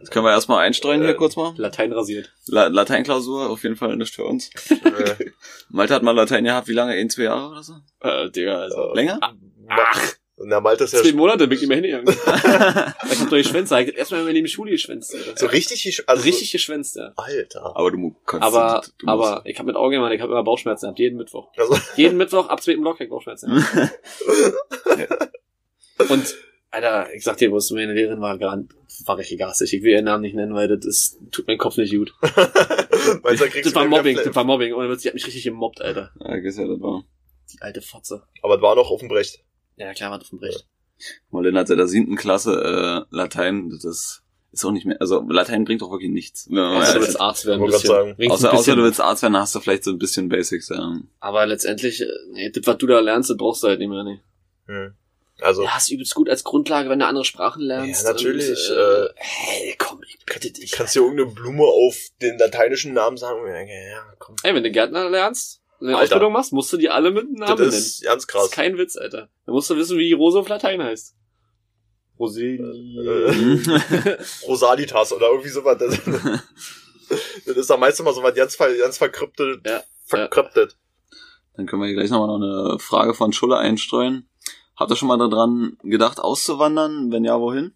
Speaker 2: Das können wir erstmal einstreuen hier
Speaker 1: Äh,
Speaker 2: kurz mal.
Speaker 3: Latein rasiert.
Speaker 2: La Lateinklausur, auf jeden Fall nicht für uns.
Speaker 1: Äh,
Speaker 2: Malte hat mal Latein gehabt, wie lange? Ein, zwei Jahre oder so?
Speaker 3: Äh, Digga, also.
Speaker 2: Länger?
Speaker 1: Ach. Na, Malte ist ja
Speaker 3: Zwei Monate bin ich nicht mehr hingegangen. Ich hab doch geschwänzt, Alter. erstmal haben wir neben die Schule geschwänzt. Alter.
Speaker 1: so richtig, gesch- also
Speaker 3: richtig geschwänzt, ja.
Speaker 1: So, Alter.
Speaker 2: Aber du mu- kannst
Speaker 3: Aber,
Speaker 2: du, du
Speaker 3: aber ich habe mit Augen gemacht, ich habe immer Bauchschmerzen gehabt, jeden Mittwoch.
Speaker 1: Also,
Speaker 3: Jeden Mittwoch ab zweiten Block hab ich Bauchschmerzen. Und, Alter, ich sag dir, wo es meine Lehrerin war, gar, war richtig garstig. Ich will ihren Namen nicht nennen, weil das ist, tut meinen Kopf nicht gut.
Speaker 1: Meinst du, da kriegst
Speaker 3: Das
Speaker 1: du
Speaker 3: war
Speaker 1: wieder
Speaker 3: Mobbing,
Speaker 1: Flamme?
Speaker 3: das war Mobbing. Und sie hat mich richtig gemobbt, Alter.
Speaker 2: musst. Ja, ich weiß ja, das war.
Speaker 3: Die alte Fotze.
Speaker 1: Aber es war noch auf dem Brecht.
Speaker 3: Ja, klar, war das ein Recht.
Speaker 2: Mal Lin hat seit der siebten Klasse äh, Latein, das ist auch nicht mehr, also Latein bringt doch wirklich nichts. Wenn man mal
Speaker 3: Außer du
Speaker 2: ehrlich
Speaker 3: willst Arzt werden, ein
Speaker 1: Wollte grad
Speaker 3: bisschen.
Speaker 1: sagen.
Speaker 2: Außer,
Speaker 3: Wenigstens also ein
Speaker 2: außer
Speaker 3: bisschen.
Speaker 2: du willst Arzt werden, hast du vielleicht so ein bisschen Basics. Ja.
Speaker 3: Aber letztendlich, äh, nee, das, was du da lernst, das brauchst du halt nicht mehr, nee.
Speaker 1: Hm. Also,
Speaker 3: Ja, ist übelst gut als Grundlage, wenn du andere Sprachen lernst.
Speaker 1: Ja, natürlich,
Speaker 3: Und, äh, hey, komm, ich bitte dich.
Speaker 1: kannst dir irgendeine Blume auf den lateinischen Namen sagen und ich denke, ja, komm.
Speaker 3: Ey, wenn du Gärtner lernst, wenn du eine
Speaker 1: Alter.
Speaker 3: Ausbildung machst, musst du die alle mit einem Namen
Speaker 1: das
Speaker 3: nennen.
Speaker 1: ist ganz
Speaker 3: Das
Speaker 1: krass.
Speaker 3: ist kein Witz, Alter. Dann musst du wissen, wie die Rose auf Latein heißt. Roselie.
Speaker 1: Äh, Rosalitas oder irgendwie sowas. Das, das ist am meisten mal so was ganz, ver- ganz verkryptet.
Speaker 3: Ja,
Speaker 1: verkryptet.
Speaker 2: Dann können wir hier gleich nochmal noch eine Frage von Schulle einstreuen. Habt ihr schon mal daran gedacht, auszuwandern? Wenn ja, wohin?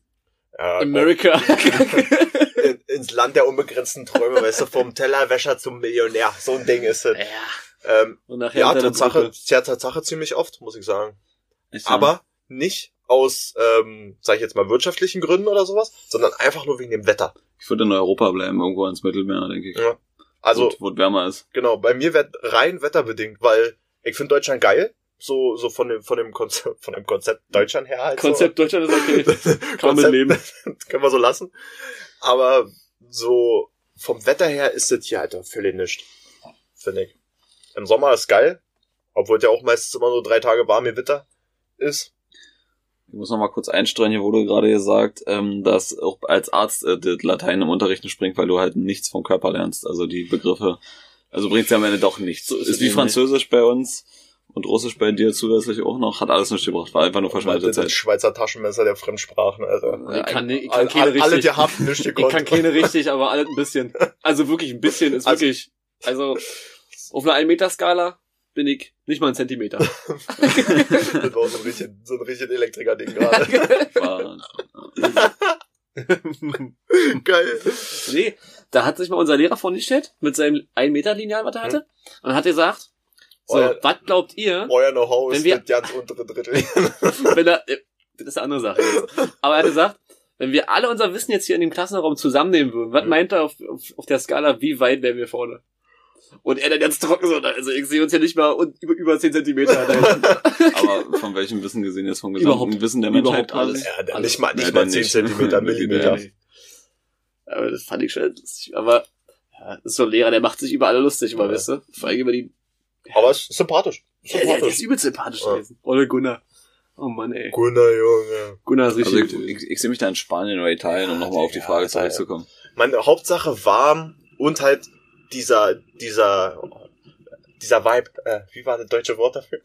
Speaker 1: Ja,
Speaker 3: America.
Speaker 1: auch in, ins Land der unbegrenzten Träume, weißt du, vom Tellerwäscher zum Millionär. So ein Ding ist das.
Speaker 3: ja.
Speaker 1: Ähm,
Speaker 3: Und nachher
Speaker 1: ja,
Speaker 3: unter der Mhm.
Speaker 1: Tatsache,
Speaker 3: Brücke.
Speaker 1: ja, Tatsache ziemlich oft, muss ich sagen.
Speaker 2: Echt, ja?
Speaker 1: Aber nicht aus, ähm, sag ich jetzt mal, wirtschaftlichen Gründen oder sowas, sondern einfach nur wegen dem Wetter.
Speaker 2: Ich würde in Europa bleiben, irgendwo ans Mittelmeer, denke ich.
Speaker 1: Ja, Also,
Speaker 2: wo, wo es wärmer ist.
Speaker 1: Genau, bei mir wird rein wetterbedingt, weil ich finde Deutschland geil. So, so von dem, von dem Konzept, von dem Konzept Deutschland her halt.
Speaker 3: Konzept Deutschland ist okay.
Speaker 1: so.
Speaker 3: Kann man mitleben.
Speaker 1: Das können wir so lassen. Aber so vom Wetter her ist das hier, Alter, völlig nicht. Finde ich. Im Sommer ist geil. Obwohl es ja auch meistens immer nur drei Tage warm im Wetter ist.
Speaker 2: Ich muss nochmal kurz einstreuen, hier wurde gerade gesagt, ähm, dass auch als Arzt äh, das Latein im Unterricht nicht springt, weil du halt nichts vom Körper lernst. Also die Begriffe, also bringt ja am Ende doch nichts.
Speaker 3: So ist
Speaker 2: ist
Speaker 3: es
Speaker 2: wie
Speaker 3: eben, ne?
Speaker 2: Französisch bei uns. Und Russisch bei dir zulässig auch noch. Hat alles nicht gebracht. War einfach nur verschwendete
Speaker 1: Das ist das
Speaker 2: Zeit.
Speaker 1: Schweizer Taschenmesser der Fremdsprachen, Alter.
Speaker 3: Ich also kann, ich kann
Speaker 1: Alle,
Speaker 3: keine
Speaker 1: alle,
Speaker 3: richtig.
Speaker 1: alle, die haben nicht
Speaker 3: ich
Speaker 1: gekonnt.
Speaker 3: kann keine richtig, aber alle ein bisschen. Also wirklich ein bisschen ist
Speaker 1: Also-
Speaker 3: wirklich. Also auf einer 1-Meter-Skala bin ich nicht mal ein Zentimeter.
Speaker 1: Das war so ein richtig, so ein richtig Elektriker-Ding gerade.
Speaker 2: War,
Speaker 1: Geil.
Speaker 3: Nee, da hat sich mal unser Lehrer vorgestellt mit seinem 1-Meter-Lineal, was er
Speaker 1: Mhm.
Speaker 3: hatte. Und hat gesagt, so,
Speaker 1: Euer-
Speaker 3: was glaubt ihr,
Speaker 1: Euer Know-how
Speaker 3: Wenn
Speaker 1: ist
Speaker 3: wir-
Speaker 1: das ganz untere Drittel.
Speaker 3: wenn er, äh, das ist eine andere Sache jetzt. Aber er hat gesagt, wenn wir alle unser Wissen jetzt hier in dem Klassenraum zusammennehmen würden, was
Speaker 1: Mhm.
Speaker 3: meint er auf, auf, auf der Skala, wie weit wären wir vorne? Und er dann ganz trocken so, also ich sehe uns ja nicht mal und über, über 10 Zentimeter. ne?
Speaker 2: aber von welchem Wissen gesehen jetzt? Vom gesamten
Speaker 3: Überhaupt.
Speaker 2: Wissen der
Speaker 3: Überhaupt
Speaker 2: Menschheit alles.
Speaker 1: Ja, dann
Speaker 3: Also,
Speaker 1: nicht mal, nicht
Speaker 2: ja,
Speaker 1: mal
Speaker 2: dann
Speaker 1: 10
Speaker 2: nicht.
Speaker 1: Zentimeter, Millimeter.
Speaker 3: Nee. Aber das fand ich schon lustig. Aber ja, das ist so ein Lehrer, der macht sich über alle lustig, immer,
Speaker 1: Ja.
Speaker 3: weißt du? Vor allem über die.
Speaker 1: Aber es ist sympathisch.
Speaker 3: Ja, der, der ist
Speaker 1: Sympathisch.
Speaker 3: übel sympathisch
Speaker 1: Ja.
Speaker 3: gewesen. Olle Gunnar. Oh Mann, ey.
Speaker 1: Gunnar, Junge.
Speaker 3: Gunnar ist
Speaker 2: Also
Speaker 3: richtig.
Speaker 2: ich, ich, ich sehe mich da in Spanien oder Italien, um
Speaker 1: Ah, Ja,
Speaker 2: nochmal auf die
Speaker 1: Digga,
Speaker 2: Frage
Speaker 1: Alter, ja.
Speaker 2: zurückzukommen.
Speaker 1: Meine Hauptsache warm und halt dieser, dieser, dieser Vibe. Äh, wie war das deutsche Wort dafür?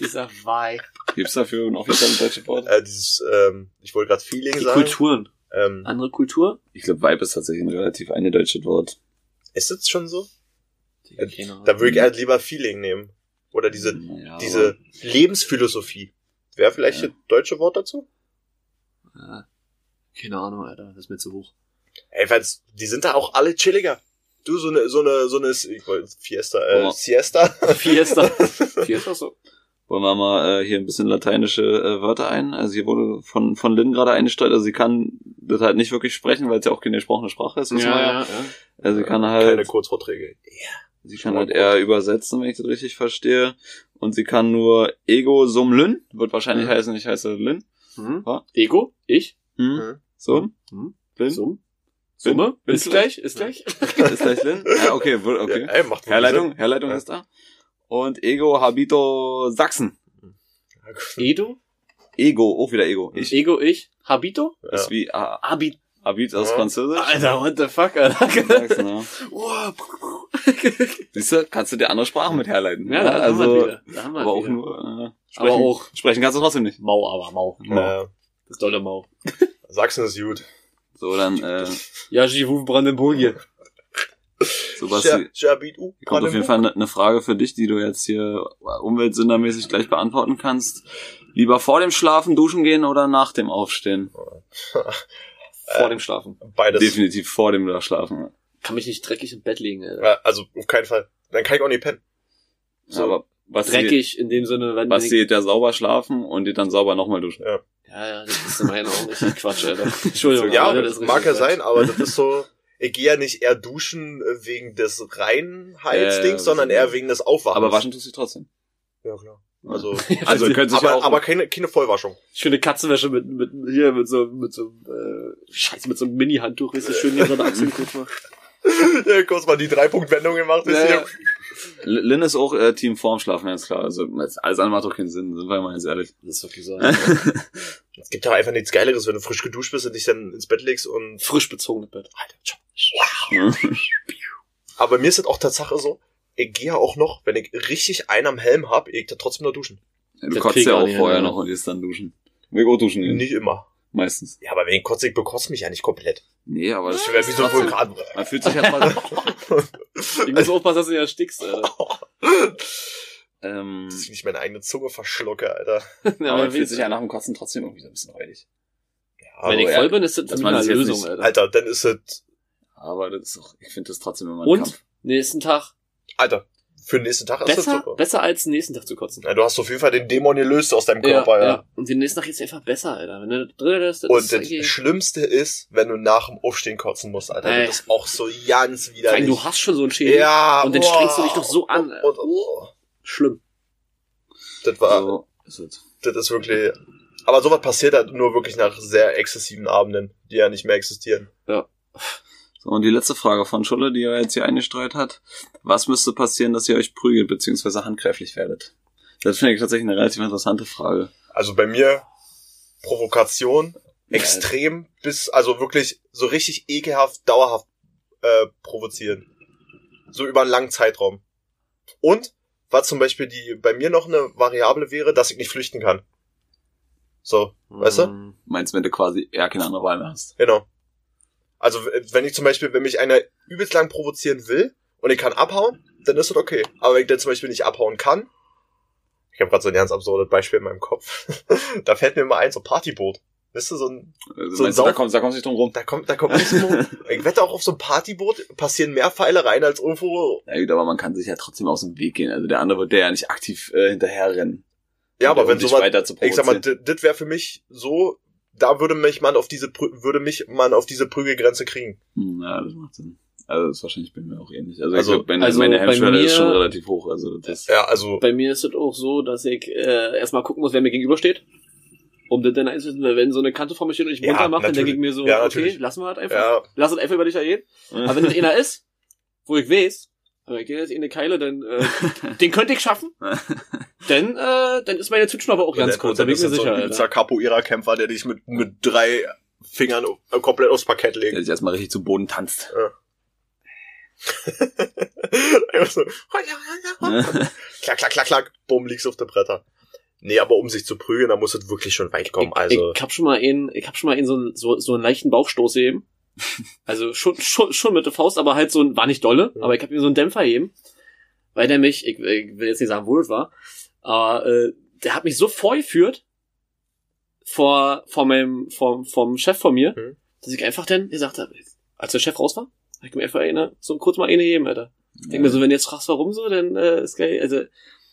Speaker 3: dieser Vibe.
Speaker 2: Gibt's dafür ein offizielles deutsches Wort?
Speaker 1: Äh, dieses, ähm, ich wollte gerade Feeling
Speaker 3: Die
Speaker 1: sagen.
Speaker 3: Kulturen.
Speaker 1: Ähm,
Speaker 3: Andere Kultur?
Speaker 2: Ich glaube, Vibe ist tatsächlich ein relativ eingedeutsches Wort.
Speaker 1: ist das schon so?
Speaker 3: Digga,
Speaker 1: Äh,
Speaker 3: keine Ahnung.
Speaker 1: Da würde ich halt lieber Feeling nehmen. Oder diese,
Speaker 2: Naja, aber-
Speaker 1: diese Lebensphilosophie. Wäre vielleicht
Speaker 2: Ja.
Speaker 1: das deutsche Wort dazu?
Speaker 3: Ja. Keine Ahnung, Alter. Das ist mir zu hoch.
Speaker 1: Ey, weil's, die sind da auch alle chilliger. Du, so eine, so eine, so eine, ich wollte Fiesta, äh,
Speaker 2: Oh.
Speaker 1: Siesta.
Speaker 3: Fiesta. Fiesta so.
Speaker 2: Wollen wir mal äh, hier ein bisschen lateinische äh, Wörter ein? Also hier wurde von, von Lynn gerade eingesteuert, also sie kann das halt nicht wirklich sprechen, weil es ja auch keine gesprochene Sprache ist. wissen wir ja. Also sie kann
Speaker 1: Keine
Speaker 2: halt,
Speaker 1: Kurzvorträge.
Speaker 2: sie kann halt eher übersetzen, wenn ich das richtig verstehe. Und sie kann nur Ego sum Lynn, wird wahrscheinlich
Speaker 3: Mhm.
Speaker 2: heißen, ich heiße Lynn.
Speaker 3: Mhm.
Speaker 2: Ja.
Speaker 3: Ego? Ich?
Speaker 2: Hm?
Speaker 1: Mhm.
Speaker 2: Sum?
Speaker 3: Mhm.
Speaker 2: Lynn?
Speaker 3: Summe? Summe?
Speaker 2: Bin-
Speaker 3: Ist gleich? Ist gleich?
Speaker 2: Ist gleich Lynn? Ja, okay, wird- okay.
Speaker 1: Ja, ey, macht wirklich
Speaker 2: Herleitung, Herleitung
Speaker 1: Ja.
Speaker 2: ist da. Und Ego habito Sachsen.
Speaker 1: Sinn.
Speaker 3: Edo?
Speaker 2: Ego, auch wieder Ego. Ich
Speaker 3: Ich. Ego, ich? Habito?
Speaker 2: ist wie ah,
Speaker 3: Habit.
Speaker 2: Habit aus
Speaker 1: Ja.
Speaker 2: Französisch.
Speaker 3: Alter, what the fuck, Alter.
Speaker 2: Sachsen, ja.
Speaker 3: oh,
Speaker 2: Siehst du, kannst du dir andere Sprachen mit herleiten.
Speaker 3: ja, da haben wir
Speaker 2: also,
Speaker 3: wieder. Da haben wir
Speaker 2: aber auch
Speaker 3: wieder.
Speaker 2: nur, äh,
Speaker 3: aber
Speaker 2: sprechen,
Speaker 3: auch.
Speaker 2: sprechen kannst du trotzdem nicht.
Speaker 3: Mau, aber mau.
Speaker 1: Ja. Äh,
Speaker 3: Das ist dolle Mau.
Speaker 1: Sachsen ist gut.
Speaker 2: So, dann, äh,
Speaker 3: Ja, Jivu Brandenburgier.
Speaker 2: Sebastian,
Speaker 1: Jabidu.
Speaker 2: hier kommt auf jeden Fall ne, eine Frage für dich, die du jetzt hier umweltsündermäßig gleich beantworten kannst. Lieber vor dem Schlafen duschen gehen oder nach dem Aufstehen?
Speaker 3: Vor
Speaker 2: Äh.
Speaker 3: dem Schlafen.
Speaker 1: Beides.
Speaker 2: Definitiv vor dem Schlafen.
Speaker 3: Kann mich nicht dreckig im Bett legen, Alter.
Speaker 1: Ja, also, auf keinen Fall. Dann kann ich auch nicht pennen.
Speaker 3: So,
Speaker 2: Aber was geht,
Speaker 3: dreckig in dem Sinne, wenn
Speaker 2: was
Speaker 3: ich,
Speaker 2: geht ja sauber schlafen und geht dann sauber nochmal duschen.
Speaker 3: Ja, ja, das ist in meinen Augen richtig Quatsch, Alter. Entschuldigung.
Speaker 1: ja,
Speaker 3: Alter,
Speaker 1: das
Speaker 3: ist
Speaker 1: mag
Speaker 3: richtig
Speaker 1: ja
Speaker 3: Quatsch.
Speaker 1: sein, aber das ist so, ich gehe ja nicht eher duschen äh, wegen des Reinheitsdings,
Speaker 2: Ja, ja,
Speaker 1: sondern
Speaker 2: das-
Speaker 1: eher wegen des Aufwachens.
Speaker 2: Aber waschen tust du trotzdem.
Speaker 1: Ja, klar. Also,
Speaker 2: Also, ihr könnt sich
Speaker 1: aber,
Speaker 2: ja auch,
Speaker 1: aber keine, keine Vollwaschung.
Speaker 3: Schöne Katzenwäsche mit, mit, hier, mit so, mit so, äh, scheiße, mit so einem Mini-Handtuch, richtig schön hier so eine Achsel, guck mal.
Speaker 1: Ja, kurz mal die Drei-Punkt-Wendung gemacht. ist
Speaker 3: Ja, ja.
Speaker 2: L- Lynn ist auch äh, Team vorm Schlafen, ganz klar. Also, jetzt- alles andere macht doch keinen Sinn, sind wir mal jetzt ehrlich.
Speaker 3: Das ist wirklich so.
Speaker 1: Es gibt aber einfach nichts Geileres, wenn du frisch geduscht bist und dich dann ins Bett legst und...
Speaker 3: Frisch bezogenes Bett.
Speaker 1: Aber bei mir ist das auch Tatsache so, ich gehe ja auch noch, wenn ich richtig einen am Helm hab, ich da trotzdem noch duschen.
Speaker 2: Du
Speaker 3: Das
Speaker 2: kotzt
Speaker 3: krieg ich
Speaker 2: ja
Speaker 3: auch
Speaker 2: auch
Speaker 3: nicht
Speaker 2: vorher
Speaker 3: hin,
Speaker 2: noch und gehst dann duschen. Will ich auch duschen
Speaker 3: Mhm.
Speaker 2: gehen.
Speaker 1: Nicht immer.
Speaker 2: Meistens.
Speaker 1: Ja, aber wenn ich kotze, ich bekotze mich ja nicht komplett.
Speaker 2: Nee, aber das
Speaker 1: Ich werde wie so ein
Speaker 2: trotzdem-
Speaker 1: Vulkan.
Speaker 2: Man fühlt sich ja trotzdem.
Speaker 3: Ich muss aufpassen, dass du nicht erstickst, Alter.
Speaker 2: ähm,
Speaker 1: Dass ich nicht meine eigene Zunge verschlucke, Alter.
Speaker 2: aber
Speaker 3: Ja, aber
Speaker 2: man fühlt
Speaker 3: wenn,
Speaker 2: sich ja nach dem Kotzen trotzdem irgendwie so ein bisschen räudig.
Speaker 1: Ja,
Speaker 3: wenn ich
Speaker 2: aber
Speaker 3: voll
Speaker 2: ja,
Speaker 3: bin, ist das für
Speaker 2: dass
Speaker 3: mich
Speaker 2: man
Speaker 3: eine
Speaker 2: das jetzt
Speaker 3: Lösung,
Speaker 2: nicht-
Speaker 3: Alter.
Speaker 1: Alter, dann ist es...
Speaker 2: Aber das ist doch, ich finde das trotzdem immer ein
Speaker 3: Und
Speaker 2: Kampf.
Speaker 3: nächsten Tag
Speaker 1: Alter, für den nächsten Tag ist das
Speaker 3: besser,
Speaker 1: super.
Speaker 3: besser als nächsten Tag zu kotzen.
Speaker 1: Ja, du hast auf jeden Fall den Dämon gelöst aus deinem Körper, ja.
Speaker 3: Und den nächsten Tag geht's einfach besser, Alter. Wenn du drin bist, das
Speaker 1: Und
Speaker 3: ist
Speaker 1: das
Speaker 3: eigentlich-
Speaker 1: Schlimmste ist, wenn du nach dem Aufstehen kotzen musst, Alter.
Speaker 3: Ey.
Speaker 1: Das ist auch so ganz
Speaker 3: Äh. Vor allem,
Speaker 1: widerlich.
Speaker 3: du hast schon so einen Schädel.
Speaker 1: ja,
Speaker 3: und dann
Speaker 1: boah.
Speaker 3: strengst du dich doch so an, Alter.
Speaker 1: Und, oh,
Speaker 3: Schlimm.
Speaker 1: das
Speaker 3: Oh.
Speaker 1: war,
Speaker 2: So ist es.
Speaker 1: das ist wirklich, aber sowas passiert halt nur wirklich nach sehr exzessiven Abenden, die ja nicht mehr existieren.
Speaker 2: So, und die letzte Frage von Schulle, die er jetzt hier eingestreut hat. Was müsste passieren, dass ihr euch prügelt, beziehungsweise handgreiflich werdet? Das finde ich tatsächlich eine relativ interessante Frage.
Speaker 1: Also bei mir, Provokation, extrem bis, also wirklich so richtig ekelhaft, dauerhaft, äh, provozieren. So über einen langen Zeitraum. Und was zum Beispiel die bei mir noch eine Variable wäre, dass ich nicht flüchten kann. So, weißt du?
Speaker 2: Hm, Meinst, wenn du quasi eher keine andere Wahl mehr hast?
Speaker 1: Genau. Also w- wenn ich zum Beispiel, wenn mich einer übelst lang provozieren will und ich kann abhauen, dann ist das okay. Aber wenn ich dann zum Beispiel nicht abhauen kann, ich habe gerade so ein ganz absurdes Beispiel in meinem Kopf, da fällt mir immer ein, so ein Partyboot. Weißt du, so ein,
Speaker 2: Also,
Speaker 1: So ein
Speaker 2: meinst du,
Speaker 1: Sau-
Speaker 2: da kommst, da kommst du nicht drum rum.
Speaker 1: da kommt, da kommt nicht so, ich wette auch auf so ein Partyboot passieren mehr Pfeile rein als irgendwo.
Speaker 2: Na gut, aber man kann sich ja trotzdem aus dem Weg gehen. Also der andere wird der ja nicht aktiv äh, hinterherrennen.
Speaker 1: Ja,
Speaker 2: um
Speaker 1: aber wenn
Speaker 2: dich
Speaker 1: sowas,
Speaker 2: weiter zu
Speaker 1: ich sag mal,
Speaker 2: provozieren.
Speaker 1: das wäre für mich so, da würde mich man auf diese, Prü- würde mich man auf diese Prügelgrenze kriegen.
Speaker 2: Hm, Ja, das macht Sinn. Also das ist wahrscheinlich bei mir auch ähnlich. Also,
Speaker 1: Also-
Speaker 2: ich glaube, meine,
Speaker 3: also
Speaker 2: meine
Speaker 3: bei
Speaker 2: Hemmschwelle ist
Speaker 3: mir-
Speaker 2: schon relativ hoch. Also das
Speaker 1: Ja, also,
Speaker 3: Bei mir ist es auch so, dass ich äh, erstmal gucken muss, wer mir gegenübersteht. Um das dann einzuschätzen, weil wenn so eine Kante vor mir steht und ich
Speaker 1: Ja,
Speaker 3: runter mache, dann denke
Speaker 1: natürlich.
Speaker 3: ich mir so,
Speaker 1: Ja,
Speaker 3: okay,
Speaker 1: natürlich.
Speaker 3: lassen wir halt einfach.
Speaker 1: ja,
Speaker 3: Lass es einfach über dich ergehen. Aber wenn das einer ist, wo ich weiß, aber ich gehe jetzt in eine Keile, dann äh, den könnte ich schaffen. Dann, äh, dann ist meine Zündschnur auch ganz kurz, da bin ich mir sicher. Alter.
Speaker 1: Capoeira-Kämpfer, der dich mit, mit drei Fingern o- komplett aufs Parkett
Speaker 2: der
Speaker 1: legt.
Speaker 2: sich erstmal richtig zu Boden tanzt.
Speaker 1: Einfach so, klack, klack, klack, klack, bumm, liegst auf dem Bretter. Nee, aber um sich zu prügeln, da muss es wirklich schon weit kommen.
Speaker 3: ich,
Speaker 1: also,
Speaker 3: ich hab schon mal einen, ich hab schon mal einen so, einen- so, so einen leichten Bauchstoß eben. Also schon, schon, schon mit der Faust, aber halt so ein, war nicht dolle,
Speaker 1: Ja.
Speaker 3: aber ich hab ihm so einen Dämpfer eben. Weil der mich, ich, ich will jetzt nicht sagen, wo das war, aber äh, der hat mich so vorgeführt vor, vor meinem, vor, vom Chef von mir,
Speaker 1: Mhm.
Speaker 3: dass ich einfach dann gesagt habe, als der Chef raus war, hab ich mir einfach eine, so kurz mal eine gegeben, Alter. Ich denke mir so, wenn du jetzt fragst, warum so, dann äh, ist geil. Also,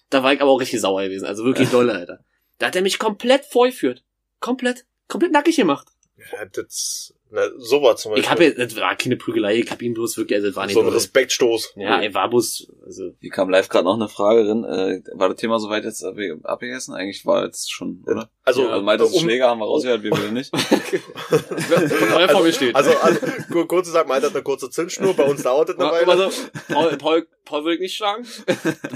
Speaker 3: da war ich aber auch richtig sauer gewesen. Also wirklich doll, Alter. Da hat er mich komplett vorgeführt. Komplett. Komplett nackig gemacht.
Speaker 1: ja, das, na, ne, sowas zum Beispiel.
Speaker 3: Ich habe das war keine Prügelei, ich hab ihn bloß wirklich, also das war nicht
Speaker 1: so ein
Speaker 3: dolle.
Speaker 1: Respektstoß.
Speaker 3: Ja, er war bloß, also,
Speaker 2: Hier kam live gerade noch eine Frage drin. Äh, war das Thema soweit jetzt abge- abgegessen? Eigentlich war jetzt schon, oder?
Speaker 1: also,
Speaker 2: Also meintest du,
Speaker 1: um,
Speaker 2: Schläger haben wir rausgehört, wir will nicht.
Speaker 3: Paul vor mir steht.
Speaker 1: also, also kur- kurz gesagt, meint hat eine kurze Zündschnur, bei uns dauert das eine
Speaker 3: War
Speaker 1: Weile.
Speaker 3: immer so, Paul, Paul, Paul will ich nicht schlagen.